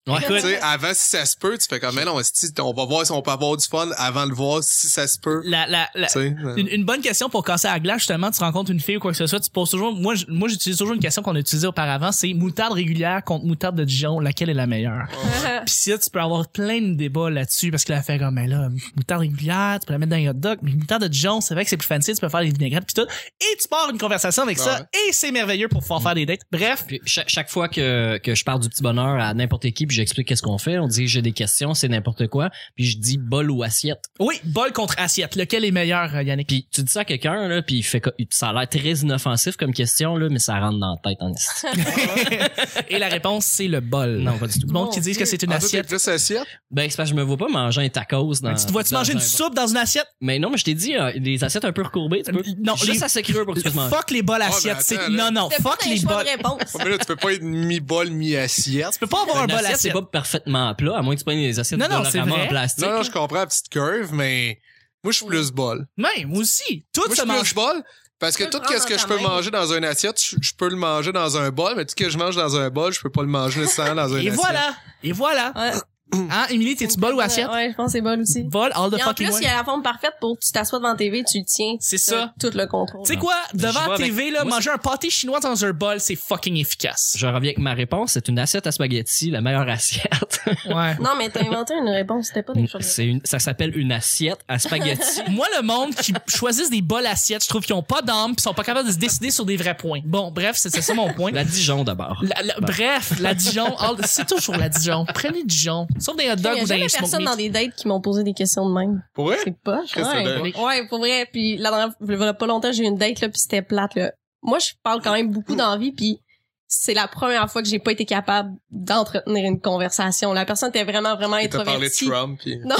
[SPEAKER 4] Ouais.
[SPEAKER 3] tu sais, avant si ça se peut, tu fais comme, mais non, esti, on va voir si on peut avoir du fun avant de voir si ça se peut.
[SPEAKER 2] La, la, la-
[SPEAKER 3] Tu sais, euh,
[SPEAKER 2] une, une bonne question pour casser à la glace, justement, tu rencontres une fille ou quoi que ce soit, tu poses toujours, moi, je- moi, j'utilise toujours une question qu'on a utilisée auparavant, c'est moutarde régulière contre moutarde de Dijon, laquelle est la meilleure? Pis ça, tu peux avoir plein de débats là-dessus, parce que la fait comme, mais là, moutarde régulière, tu peux la mettre dans les hot dogs, mais moutarde de Dijon, c'est vrai que c'est plus fancy, tu peux faire des vinaigrettes pis tout. Et tu pars une conversation avec ça,
[SPEAKER 3] Ouais.
[SPEAKER 2] et c'est merveilleux pour pouvoir faire des dates. Bref.
[SPEAKER 4] Puis cha- chaque, fois que, que je parle du petit bonheur à n'importe qui, puis puis j'explique qu'est-ce qu'on fait. On dit j'ai des questions, c'est n'importe quoi, puis je dis bol ou assiette.
[SPEAKER 2] Oui, bol contre assiette. Lequel est meilleur, euh, Yannick?
[SPEAKER 4] Puis tu dis ça à quelqu'un là, puis il fait co- ça a l'air très inoffensif comme question là, mais ça rentre dans la tête en esti.
[SPEAKER 2] Et la réponse, c'est le bol.
[SPEAKER 4] Non, pas du tout.
[SPEAKER 2] Tout le monde
[SPEAKER 5] Mon
[SPEAKER 2] qui dit que
[SPEAKER 5] Dieu.
[SPEAKER 2] c'est une
[SPEAKER 3] Ah, toi, t'es
[SPEAKER 2] assiette.
[SPEAKER 3] plus assiette?
[SPEAKER 4] Ben c'est parce que je me vois pas manger un tacos dans.
[SPEAKER 2] tu te vois-tu
[SPEAKER 4] dans
[SPEAKER 2] manger
[SPEAKER 4] un
[SPEAKER 2] une
[SPEAKER 4] bol.
[SPEAKER 2] soupe dans une assiette?
[SPEAKER 4] Mais non, mais je t'ai dit euh, des assiettes un peu recourbées, tu peux.
[SPEAKER 2] Non,
[SPEAKER 4] juste
[SPEAKER 2] les-
[SPEAKER 4] assez creux pour que tu puisses manger.
[SPEAKER 2] Fuck les bols assiettes.
[SPEAKER 3] Ah, ben, attends,
[SPEAKER 2] c'est-
[SPEAKER 3] là.
[SPEAKER 2] non, non,
[SPEAKER 5] C'était pas
[SPEAKER 2] fuck
[SPEAKER 5] un
[SPEAKER 2] les
[SPEAKER 5] choix
[SPEAKER 2] bols.
[SPEAKER 5] de réponse.
[SPEAKER 3] Ouais, mais là, tu peux pas être mi-bol, mi-assiette.
[SPEAKER 2] Tu peux pas avoir un
[SPEAKER 4] Une
[SPEAKER 2] bol
[SPEAKER 4] assiette, c'est
[SPEAKER 2] assiette.
[SPEAKER 4] pas parfaitement à plat, à moins que tu prennes des assiettes
[SPEAKER 2] Non,
[SPEAKER 4] de
[SPEAKER 2] non, c'est
[SPEAKER 4] Dollarama
[SPEAKER 2] vrai.
[SPEAKER 4] en plastique.
[SPEAKER 3] Non, non, je comprends la petite curve, mais moi, je suis plus bol.
[SPEAKER 2] Même, moi aussi. Tout
[SPEAKER 3] Moi, je
[SPEAKER 2] se
[SPEAKER 3] suis
[SPEAKER 2] mange.
[SPEAKER 3] plus bol parce que
[SPEAKER 5] Tu peux
[SPEAKER 3] tout
[SPEAKER 5] le prendre
[SPEAKER 3] ce que
[SPEAKER 5] dans
[SPEAKER 3] je
[SPEAKER 5] ta
[SPEAKER 3] peux
[SPEAKER 5] main.
[SPEAKER 3] manger dans une assiette, je, je peux le manger dans un bol, mais tout ce que je mange dans un bol, je peux pas le manger nécessairement dans une
[SPEAKER 2] Et
[SPEAKER 3] assiette. Mm.
[SPEAKER 2] voilà. Et voilà.
[SPEAKER 5] Ouais.
[SPEAKER 2] Hein, Émilie, t'es-tu bol ou assiette?
[SPEAKER 5] Ouais, je pense que c'est bol aussi.
[SPEAKER 2] Bol all the
[SPEAKER 5] Et en
[SPEAKER 2] fucking
[SPEAKER 5] plus,
[SPEAKER 2] way.
[SPEAKER 5] il y a la forme parfaite pour que tu t'assoies devant la TV, tu tiens.
[SPEAKER 2] C'est
[SPEAKER 5] t'as
[SPEAKER 2] ça.
[SPEAKER 5] Tout le contrôle.
[SPEAKER 2] Tu sais quoi? Devant
[SPEAKER 4] Je vois
[SPEAKER 2] la TV, là,
[SPEAKER 4] avec- moi,
[SPEAKER 2] manger un pâté chinois dans un bol, c'est fucking efficace.
[SPEAKER 4] Je reviens avec ma réponse, c'est une assiette à spaghetti, la meilleure assiette.
[SPEAKER 2] Ouais.
[SPEAKER 5] Non, mais t'as inventé une réponse, c'était pas des choses.
[SPEAKER 4] C'est une, ça s'appelle une assiette à spaghetti.
[SPEAKER 2] Moi, le monde qui choisissent des bols assiettes, je trouve qu'ils ont pas d'âme pis sont pas capables de se décider sur des vrais points. Bon, bref, c'est c'est ça mon point.
[SPEAKER 4] la Dijon d'abord.
[SPEAKER 2] La- la- Bref, la Dijon, all- c'est toujours la Dijon. Prenez Dijon. Sauf des hot
[SPEAKER 5] Il y
[SPEAKER 2] dogs
[SPEAKER 5] a
[SPEAKER 2] ou
[SPEAKER 5] jamais
[SPEAKER 2] des smoked
[SPEAKER 5] personne dans
[SPEAKER 2] meat.
[SPEAKER 5] des dates qui m'ont posé des questions de même.
[SPEAKER 3] Pour vrai?
[SPEAKER 5] C'est poche.
[SPEAKER 3] Qu'est-ce que ça
[SPEAKER 5] Ouais.
[SPEAKER 3] donne?
[SPEAKER 5] ouais, pour vrai. Puis la dernière, voilà pas longtemps, j'ai eu une date là, puis c'était plate là. Moi, je parle quand même beaucoup d'envie, puis c'est la première fois que j'ai pas été capable d'entretenir une conversation. La personne était vraiment vraiment
[SPEAKER 3] Et t'as parlé de
[SPEAKER 5] introvertie.
[SPEAKER 3] Trump, puis...
[SPEAKER 5] Non,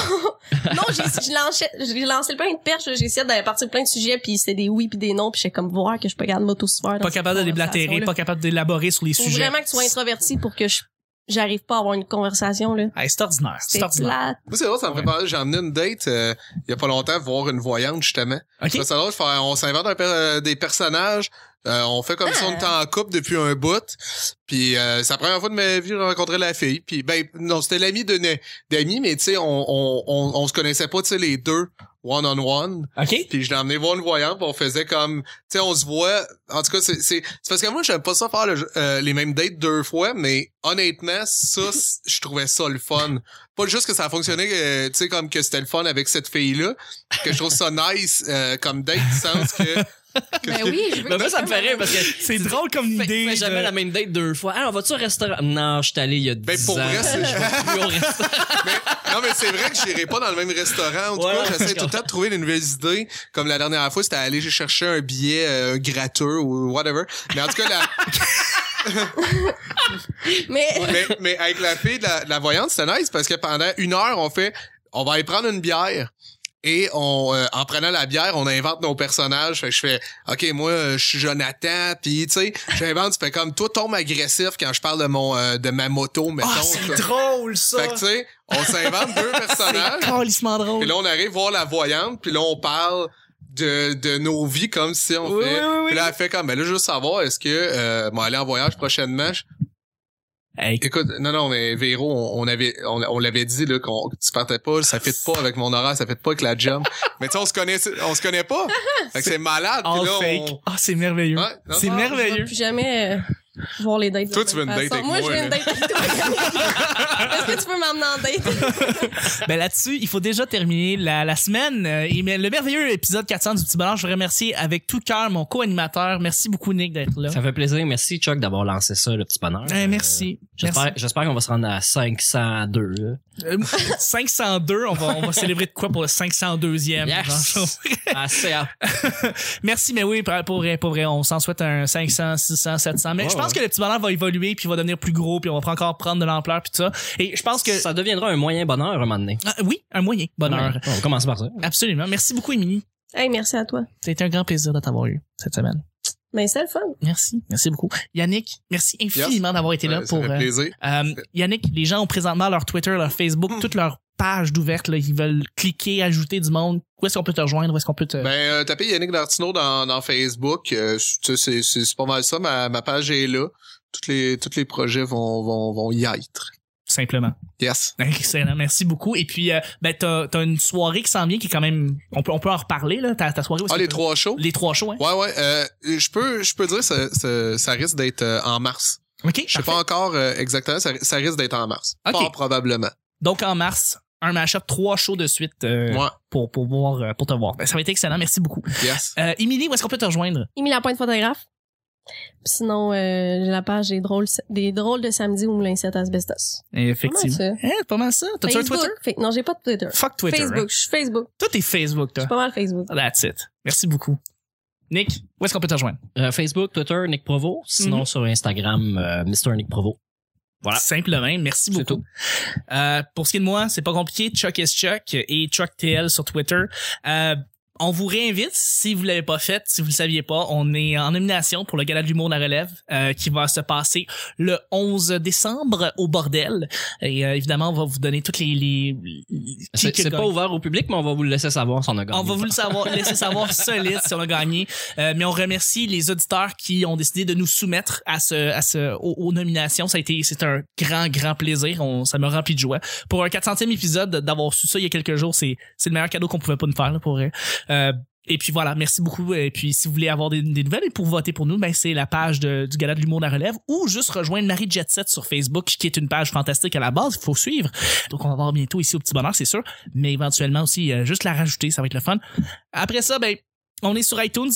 [SPEAKER 5] non, j'ai je lançais- j'ai lancé plein de perches, j'ai essayé d'aller partir plein de sujets, puis c'était des oui puis des non, puis j'étais comme voir que je peux garder mauto souverain
[SPEAKER 2] Pas capable de déblatérer, pas capable d'élaborer sur les
[SPEAKER 5] Faut
[SPEAKER 2] sujets.
[SPEAKER 5] vraiment que tu sois introverti pour que je j'arrive pas à avoir une conversation là.
[SPEAKER 2] Hey, Ah, c'est ordinaire. C'est
[SPEAKER 5] C'était
[SPEAKER 2] ordinaire.
[SPEAKER 5] plate.
[SPEAKER 3] Moi, c'est drôle, ça me fait penser, j'ai emmené une date, euh, il y a pas longtemps, voir une voyante, justement.
[SPEAKER 2] OK?
[SPEAKER 3] Ça, c'est drôle, faire- on s'invente un per- euh, des personnages, euh, on fait comme si on était en couple depuis un bout, puis euh, c'est la première fois de ma vie que j'ai rencontré la fille, puis ben, non, c'était l'ami de ne- d'amis, mais tu sais, on, on, on, on se connaissait pas, tu sais, les deux, one-on-one,
[SPEAKER 2] OK?
[SPEAKER 3] puis je l'ai emmené voir une voyante, puis on faisait comme, tu sais, on se voit, en tout cas, c'est c'est c'est parce que moi, j'aime pas ça faire le- euh, les mêmes dates deux fois, mais honnêtement, ça, c'est- je trouvais ça le fun. Pas juste que ça a fonctionné, euh, tu sais, comme que c'était le fun avec cette fille-là, que je trouve ça nice euh, comme date, du sens que... que-
[SPEAKER 5] Ben oui, je veux
[SPEAKER 4] Ben
[SPEAKER 5] que
[SPEAKER 4] moi, ça me
[SPEAKER 5] quelqu'un
[SPEAKER 4] fait rire parce que
[SPEAKER 2] C'est drôle comme
[SPEAKER 4] fais,
[SPEAKER 2] idée.
[SPEAKER 4] fais jamais
[SPEAKER 2] de-
[SPEAKER 4] la même date deux fois. Ah, on va-tu au restaurant? Non, je suis allé il y a 10
[SPEAKER 3] Ben, pour
[SPEAKER 4] ans.
[SPEAKER 3] vrai, c'est-
[SPEAKER 4] Je vais plus au restaurant.
[SPEAKER 3] Non, mais c'est vrai que j'irai pas dans le même restaurant. En tout
[SPEAKER 4] Ouais,
[SPEAKER 3] cas,
[SPEAKER 4] ouais,
[SPEAKER 3] j'essaie
[SPEAKER 4] je
[SPEAKER 3] tout le temps de trouver des nouvelles idées. Comme la dernière fois, c'était aller chercher un billet euh, gratteux ou whatever. Mais en tout cas, la...
[SPEAKER 5] Mais
[SPEAKER 3] mais, mais avec la fille de la, de la voyante, c'était nice parce que pendant une heure, on fait, on va aller prendre une bière. Et on, euh, en prenant la bière, on invente nos personnages. Fait que je fais, ok, moi, euh, je suis Jonathan. Puis tu sais, j'invente. Tu fais comme, toi, tombe agressif quand je parle de mon, euh, de ma moto, mettons.
[SPEAKER 2] Ah, c'est
[SPEAKER 3] ça.
[SPEAKER 2] drôle, ça!
[SPEAKER 3] fait que tu sais, on s'invente deux personnages.
[SPEAKER 2] Calissement drôle.
[SPEAKER 3] Puis là, on arrive voir la voyante, puis là, on parle de, de nos vies comme si on
[SPEAKER 2] Oui,
[SPEAKER 3] fait...
[SPEAKER 2] oui, oui.
[SPEAKER 3] Puis là, elle fait comme, ben là, je veux savoir, est-ce que... Euh, bon, aller en voyage prochainement. Je-
[SPEAKER 2] Hey,
[SPEAKER 3] Écoute, non, non, mais Véro, on, on avait on, on l'avait dit, là, qu'on que tu partais pas, ça fit pas avec mon horaire, ça fit pas avec la job. mais tu sais, on se connaît, on se connaît pas. Fait que c'est malade.
[SPEAKER 2] all
[SPEAKER 3] Puis là,
[SPEAKER 2] fake.
[SPEAKER 3] on-
[SPEAKER 2] Ah, c'est merveilleux.
[SPEAKER 3] Ouais, non,
[SPEAKER 2] c'est
[SPEAKER 3] non,
[SPEAKER 5] Je vais
[SPEAKER 2] merveilleux.
[SPEAKER 5] plus jamais euh, voir les dates. de
[SPEAKER 3] Toi,
[SPEAKER 5] la
[SPEAKER 3] tu
[SPEAKER 5] même
[SPEAKER 3] veux une date avec
[SPEAKER 5] façon. Moi,
[SPEAKER 3] moi,
[SPEAKER 5] je veux une
[SPEAKER 3] là.
[SPEAKER 5] date avec toi. Est-ce que tu peux m'emmener en date?
[SPEAKER 2] Ben là-dessus, il faut déjà terminer la, la semaine. Euh, et mais le merveilleux épisode 400 du Petit Bonheur, je remercie avec tout cœur mon co-animateur. Merci beaucoup, Nick, d'être là.
[SPEAKER 4] Ça fait plaisir. Merci, Chuck, d'avoir lancé ça, le petit bonheur.
[SPEAKER 2] Eh, merci.
[SPEAKER 4] J'espère, j'espère qu'on va se rendre à 502. là.
[SPEAKER 2] Merci. Euh, 502, on va, on va célébrer de quoi pour le 502e? genre.
[SPEAKER 4] Yes! Assez à-
[SPEAKER 2] Merci, mais oui, pour, pour vrai, pour vrai, on s'en souhaite un 500, 600, 700. Mais
[SPEAKER 4] Ouais,
[SPEAKER 2] je pense
[SPEAKER 4] ouais.
[SPEAKER 2] que le petit bonheur va évoluer, puis il va devenir plus gros, puis on va encore prendre de l'ampleur, puis tout ça. Et je pense que...
[SPEAKER 4] Ça deviendra un moyen bonheur à un moment donné.
[SPEAKER 2] Ah, oui, un moyen bonheur.
[SPEAKER 4] Ouais, On va commencer par ça.
[SPEAKER 2] Absolument. Merci beaucoup, Émilie.
[SPEAKER 5] hey, merci à toi.
[SPEAKER 2] Ça a été un grand plaisir de t'avoir eu cette semaine.
[SPEAKER 5] Mais Ben, c'est le fun.
[SPEAKER 2] Merci, merci beaucoup. Yannick, merci infiniment d'avoir été là
[SPEAKER 3] Ouais, ça
[SPEAKER 2] pour.
[SPEAKER 3] fait
[SPEAKER 2] euh,
[SPEAKER 3] plaisir.
[SPEAKER 2] euh, Yannick, les gens ont présentement leur Twitter, leur Facebook, toutes leurs pages d'ouvertes. là. Ils veulent cliquer, ajouter du monde. Où est-ce qu'on peut te rejoindre? Où est-ce qu'on peut te.
[SPEAKER 3] Ben, euh, tapez Yannick Dartino dans, dans Facebook. euh, tu sais, c'est- c'est c'est pas mal ça. Ma, ma page est là. Tous les, tous les projets vont, vont, vont y être.
[SPEAKER 2] Simplement.
[SPEAKER 3] Yes.
[SPEAKER 2] Excellent, merci beaucoup. Et puis, euh, ben, t'as t'as une soirée qui s'en vient qui est quand même. On peut, on peut en reparler, là, ta, ta soirée. où est-ce
[SPEAKER 3] Ah,
[SPEAKER 2] que
[SPEAKER 3] les
[SPEAKER 2] t'as-
[SPEAKER 3] trois shows?
[SPEAKER 2] Oh, Les trois shows, hein?
[SPEAKER 3] Ouais, ouais. euh, je peux, je peux dire ça, ça, ça risque d'être euh, en mars.
[SPEAKER 2] OK.
[SPEAKER 3] Je sais
[SPEAKER 2] parfait.
[SPEAKER 3] pas encore euh, exactement, ça, ça risque d'être en mars.
[SPEAKER 2] Ok.
[SPEAKER 3] Fort probablement.
[SPEAKER 2] Donc, en mars, un match-up, trois shows de suite euh,
[SPEAKER 3] Ouais.
[SPEAKER 2] pour, pour, voir, euh, pour te voir. Ben, ça va être excellent, merci beaucoup.
[SPEAKER 3] Yes.
[SPEAKER 2] Euh, Émilie, où est-ce qu'on peut te rejoindre?
[SPEAKER 5] Émilie Lapointe, photographe. Puis Sinon, euh, j'ai la page des drôles, des drôles de samedi au Moulin 7 Asbestos.
[SPEAKER 2] Effectivement.
[SPEAKER 5] Comment
[SPEAKER 2] Eh, c'est pas mal ça. T'as-tu un
[SPEAKER 5] Facebook.
[SPEAKER 2] Twitter?
[SPEAKER 5] Fait- non, j'ai pas de Twitter.
[SPEAKER 2] Fuck Twitter.
[SPEAKER 5] Facebook,
[SPEAKER 2] hein.
[SPEAKER 5] je suis Facebook.
[SPEAKER 2] Toi, t'es Facebook,
[SPEAKER 5] Je
[SPEAKER 2] toi.
[SPEAKER 5] suis pas mal Facebook.
[SPEAKER 2] That's it. Merci beaucoup. Nick, où est-ce qu'on peut te rejoindre?
[SPEAKER 4] Euh, Facebook, Twitter, Nick Provo. Sinon,
[SPEAKER 2] Mhm.
[SPEAKER 4] sur Instagram, euh, Mr. Nick Provo. Voilà.
[SPEAKER 2] Simplement, merci
[SPEAKER 4] C'est
[SPEAKER 2] beaucoup. Euh, pour ce qui est de moi, c'est pas compliqué. Chuck is Chuck et Chuck TL sur Twitter. Euh, on vous réinvite, si vous l'avez pas fait, si vous le saviez pas, on est en nomination pour le Gala de l'humour de la relève euh, qui va se passer le 11 décembre au bordel. Et euh, évidemment, on va vous donner toutes les... les, les-
[SPEAKER 4] C'est
[SPEAKER 2] qui a
[SPEAKER 4] c'est pas
[SPEAKER 2] gagné.
[SPEAKER 4] ouvert au public, mais on va vous le laisser savoir si on a gagné.
[SPEAKER 2] On va vous le savoir, laisser savoir solide si on a gagné. Euh, mais on remercie les auditeurs qui ont décidé de nous soumettre à ce, à ce, aux, aux nominations. Ça a été, c'est un grand, grand plaisir. On, ça me remplit de joie. Pour un 400e épisode, d'avoir su ça il y a quelques jours, c'est, c'est le meilleur cadeau qu'on pouvait pas nous faire, là, pour vrai. Euh, et puis voilà, merci beaucoup. Et puis si vous voulez avoir des, des nouvelles et pour voter pour nous, ben c'est la page de- du Gala de l'humour de la relève ou juste rejoindre Marie Jetset sur Facebook, qui est une page fantastique à la base. Il faut suivre. Donc on va voir bientôt ici au petit bonheur, c'est sûr. Mais éventuellement aussi euh, juste la rajouter, ça va être le fun. Après ça, ben on est sur iTunes,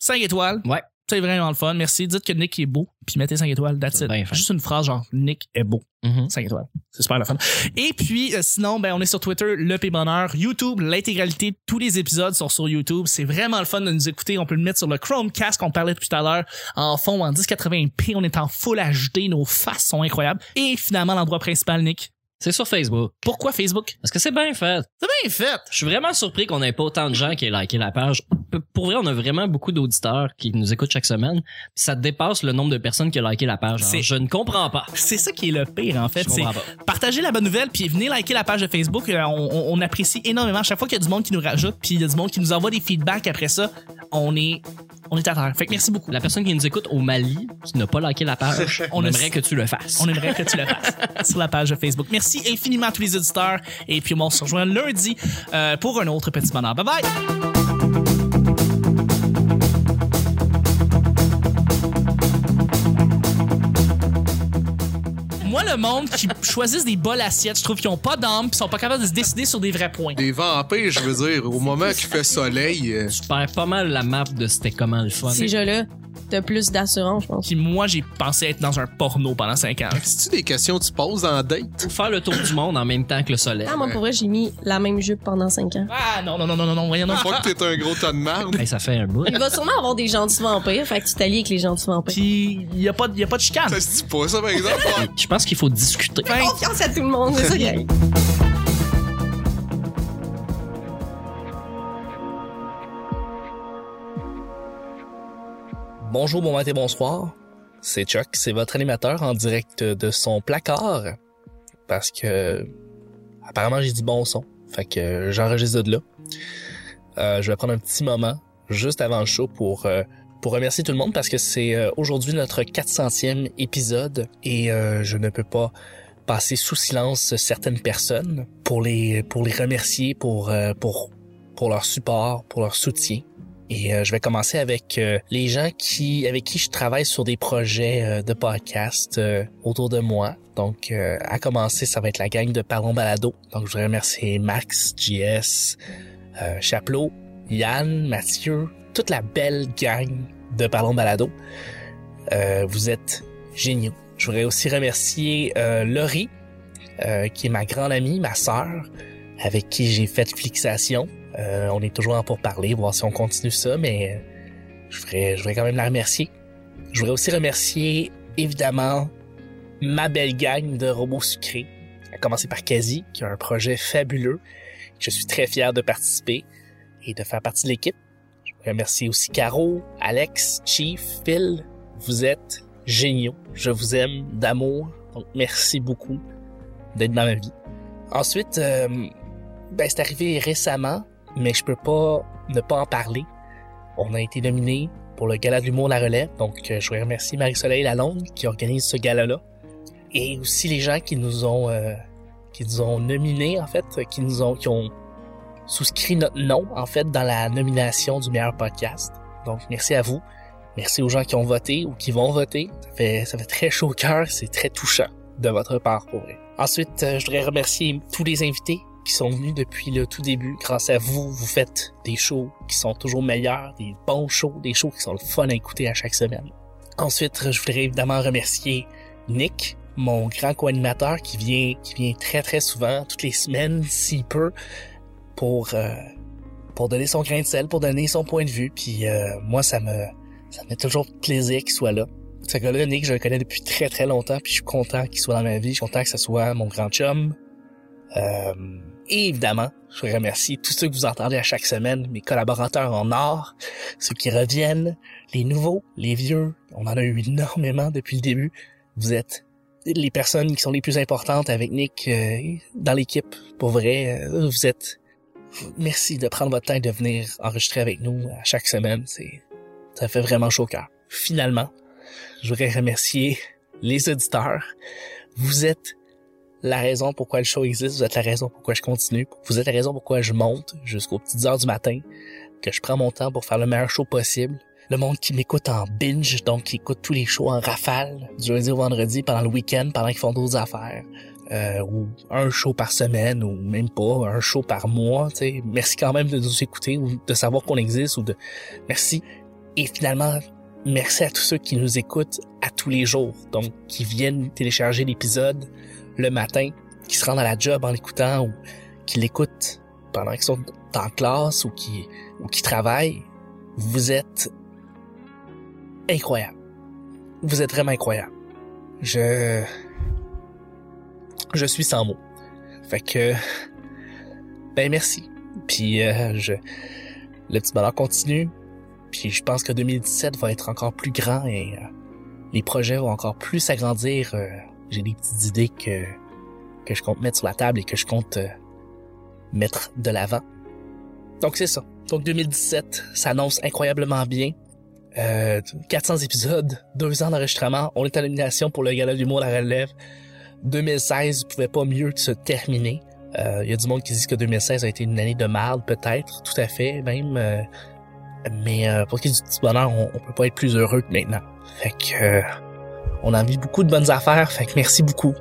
[SPEAKER 2] 5 étoiles.
[SPEAKER 4] Ouais.
[SPEAKER 2] C'est vraiment le fun. Merci. Dites que Nick est beau, puis mettez 5 étoiles. That's
[SPEAKER 4] C'est
[SPEAKER 2] it.
[SPEAKER 4] bien fait.
[SPEAKER 2] Juste une phrase genre Nick est beau.
[SPEAKER 4] Mhm.
[SPEAKER 2] 5 étoiles. C'est super le fun. Et puis, euh, sinon, ben, on est sur Twitter, le P Bonheur, YouTube, l'intégralité, tous les épisodes sont sur YouTube. C'est vraiment le fun de nous écouter. On peut le mettre sur le Chromecast qu'on parlait depuis tout à l'heure, en fond, en 1080p. On est en full HD, nos faces sont incroyables. Et finalement, l'endroit principal, Nick.
[SPEAKER 4] C'est sur Facebook.
[SPEAKER 2] Pourquoi Facebook?
[SPEAKER 4] Parce que c'est bien fait.
[SPEAKER 2] C'est bien fait!
[SPEAKER 4] Je suis vraiment surpris qu'on ait pas autant de gens qui aient liké la page. P- Pour vrai, on a vraiment beaucoup d'auditeurs qui nous écoutent chaque semaine. Puis ça dépasse le nombre de personnes qui ont liké la page. Alors,
[SPEAKER 2] C'est-
[SPEAKER 4] je ne comprends pas.
[SPEAKER 2] C'est ça qui est le pire, en fait.
[SPEAKER 4] Je
[SPEAKER 2] C'est
[SPEAKER 4] comprends pas.
[SPEAKER 2] partagez la bonne nouvelle, puis venez liker la page de Facebook. Euh, On, on- on apprécie énormément. À Chaque fois qu'il y a du monde qui nous rajoute, puis il y a du monde qui nous envoie des feedbacks après ça, on est, on est à terre. Fait que merci beaucoup.
[SPEAKER 4] La personne qui nous écoute au Mali, qui n'a pas liké la page,
[SPEAKER 2] On
[SPEAKER 4] on
[SPEAKER 2] a-
[SPEAKER 4] aimerait que tu le fasses.
[SPEAKER 2] On aimerait que tu le fasses sur la page de Facebook. Merci infiniment à tous les auditeurs. Et puis, on se rejoint lundi euh, pour un autre petit bonheur. Bye bye! Moi, le monde qui choisissent des bols assiettes, je trouve qu'ils ont pas d'âme pis sont pas capables de se décider sur des vrais points.
[SPEAKER 3] Des vampires, je veux dire, au moment qu'il fait soleil. euh,
[SPEAKER 4] Tu perds pas mal la map de c'était comment le fun.
[SPEAKER 5] Ces jeux-là, t'as plus d'assurance, je pense.
[SPEAKER 2] Puis moi, j'ai pensé être dans un porno pendant 5 ans.
[SPEAKER 3] C'est-tu des questions que tu poses en date?
[SPEAKER 4] Ou faire le tour du monde en même temps que le soleil.
[SPEAKER 5] Ah, moi, pour vrai, j'ai mis la même jupe pendant 5 ans.
[SPEAKER 2] Ah non, non, non, non, non, non, voyons, non.
[SPEAKER 3] Pas que t'es un gros tas de marde.
[SPEAKER 4] Hey, ça fait un bout.
[SPEAKER 5] Il va sûrement avoir des gentils vampires, fait que tu t'allies avec les gentils vampires.
[SPEAKER 2] Puis, y a pas, de- y a pas de chicane.
[SPEAKER 3] Ça se dit pas, ça, par exemple.
[SPEAKER 4] Je pense qu'il faut discuter.
[SPEAKER 2] Fin.
[SPEAKER 5] Confiance à tout le monde, c'est ça qui arrive.
[SPEAKER 2] Bonjour, bon matin, bonsoir. C'est Chuck, c'est votre animateur en direct de son placard. Parce que. Apparemment, j'ai du bon son. Fait que j'enregistre de là. Euh, je vais prendre un petit moment juste avant le show pour, euh, pour remercier tout le monde parce que c'est euh, aujourd'hui notre 400e épisode et euh, je ne peux pas passer sous silence certaines personnes pour les, pour les remercier pour, euh, pour, pour leur support, pour leur soutien. Et euh, je vais commencer avec euh, les gens qui avec qui je travaille sur des projets euh, de podcast euh, autour de moi. Donc, euh, à commencer, ça va être la gang de Parlons Balado. Donc, je voudrais remercier Max, JS, euh, Chaplot, Yann, Mathieu, toute la belle gang de Parlons Balado. Euh, vous êtes géniaux. Je voudrais aussi remercier euh, Laurie, euh, qui est ma grande amie, ma sœur, avec qui j'ai fait fixation. Euh, on est toujours en pour parler, voir si on continue ça, mais euh, je voudrais, je voudrais quand même la remercier. Je voudrais aussi remercier, évidemment, ma belle gang de robots sucrés, à commencer par Kazi, qui a un projet fabuleux. Je suis très fier de participer et de faire partie de l'équipe. Je voudrais remercier aussi Caro, Alex, Chief, Phil. Vous êtes géniaux. Je vous aime d'amour. Donc, merci beaucoup d'être dans ma vie. Ensuite, euh, ben, c'est arrivé récemment, mais je peux pas ne pas en parler. On a été nominé pour le gala de l'humour La Relève, donc euh, je voudrais remercier Marie-Soleil Lalonde qui organise ce gala-là. Et aussi les gens qui nous ont euh, qui nous ont nominés, en fait, euh, qui nous ont qui ont souscrit notre nom, en fait, dans la nomination du meilleur podcast. Donc merci à vous. Merci aux gens qui ont voté ou qui vont voter. Ça fait, ça fait très chaud au cœur, c'est très touchant de votre part pour vrai. Ensuite, euh, je voudrais remercier tous les invités qui sont venus depuis le tout début. Grâce à vous, vous faites des shows qui sont toujours meilleurs, des bons shows, des shows qui sont le fun à écouter à chaque semaine.
[SPEAKER 6] Ensuite, je voudrais évidemment remercier Nick, mon grand co-animateur qui vient, qui vient très très souvent, toutes les semaines, s'il peut, pour, euh, pour donner son grain de sel, pour donner son point de vue. Puis euh, moi, ça me, ça me fait toujours plaisir qu'il soit là. Ce gars-là, Nick, je le connais depuis très très longtemps, puis je suis content qu'il soit dans ma vie, je suis content que ce soit mon grand chum. Euh, et évidemment, je vous remercie tous ceux que vous entendez à chaque semaine, mes collaborateurs en or, ceux qui reviennent, les nouveaux, les vieux. On en a eu énormément depuis le début. Vous êtes les personnes qui sont les plus importantes avec Nick euh, dans l'équipe. Pour vrai, euh, vous êtes... Merci de prendre votre temps et de venir enregistrer avec nous à chaque semaine. C'est Ça fait vraiment chaud au cœur. Finalement, je voudrais remercier les auditeurs. Vous êtes la raison pourquoi le show existe, vous êtes la raison pourquoi je continue, vous êtes la raison pourquoi je monte jusqu'aux petites heures du matin, que je prends mon temps pour faire le meilleur show possible. Le monde qui m'écoute en binge, donc qui écoute tous les shows en rafale, du lundi au vendredi, pendant le week-end, pendant qu'ils font d'autres affaires, euh, ou un show par semaine, ou même pas, un show par mois, tu sais. Merci quand même de nous écouter, ou de savoir qu'on existe, ou de... Merci. Et finalement, merci à tous ceux qui nous écoutent à tous les jours, donc qui viennent télécharger l'épisode, le matin, qui se rendent à la job en l'écoutant ou qui l'écoutent pendant qu'ils sont en classe ou qui ou qui travaillent, vous êtes incroyable. Vous êtes vraiment incroyable. Je je suis sans mots. Fait que ben merci. Puis euh, je le petit bonheur continue. Puis je pense que 2017 va être encore plus grand et euh, les projets vont encore plus s'agrandir. euh, j'ai des petites idées que, que je compte mettre sur la table et que je compte euh, mettre de l'avant. Donc c'est ça. Donc 2017 s'annonce incroyablement bien. Euh, 400 épisodes, deux ans d'enregistrement, on est en nomination pour le gala d'humour à la relève. 2016 pouvait pas mieux se terminer. Euh, Il y a du monde qui dit que 2016 a été une année de marde, peut-être, tout à fait, même. euh, mais euh, pour qu'il y ait du petit bonheur, on, on peut pas être plus heureux que maintenant. Fait que... euh, on a envie de beaucoup de bonnes affaires, fait que merci beaucoup.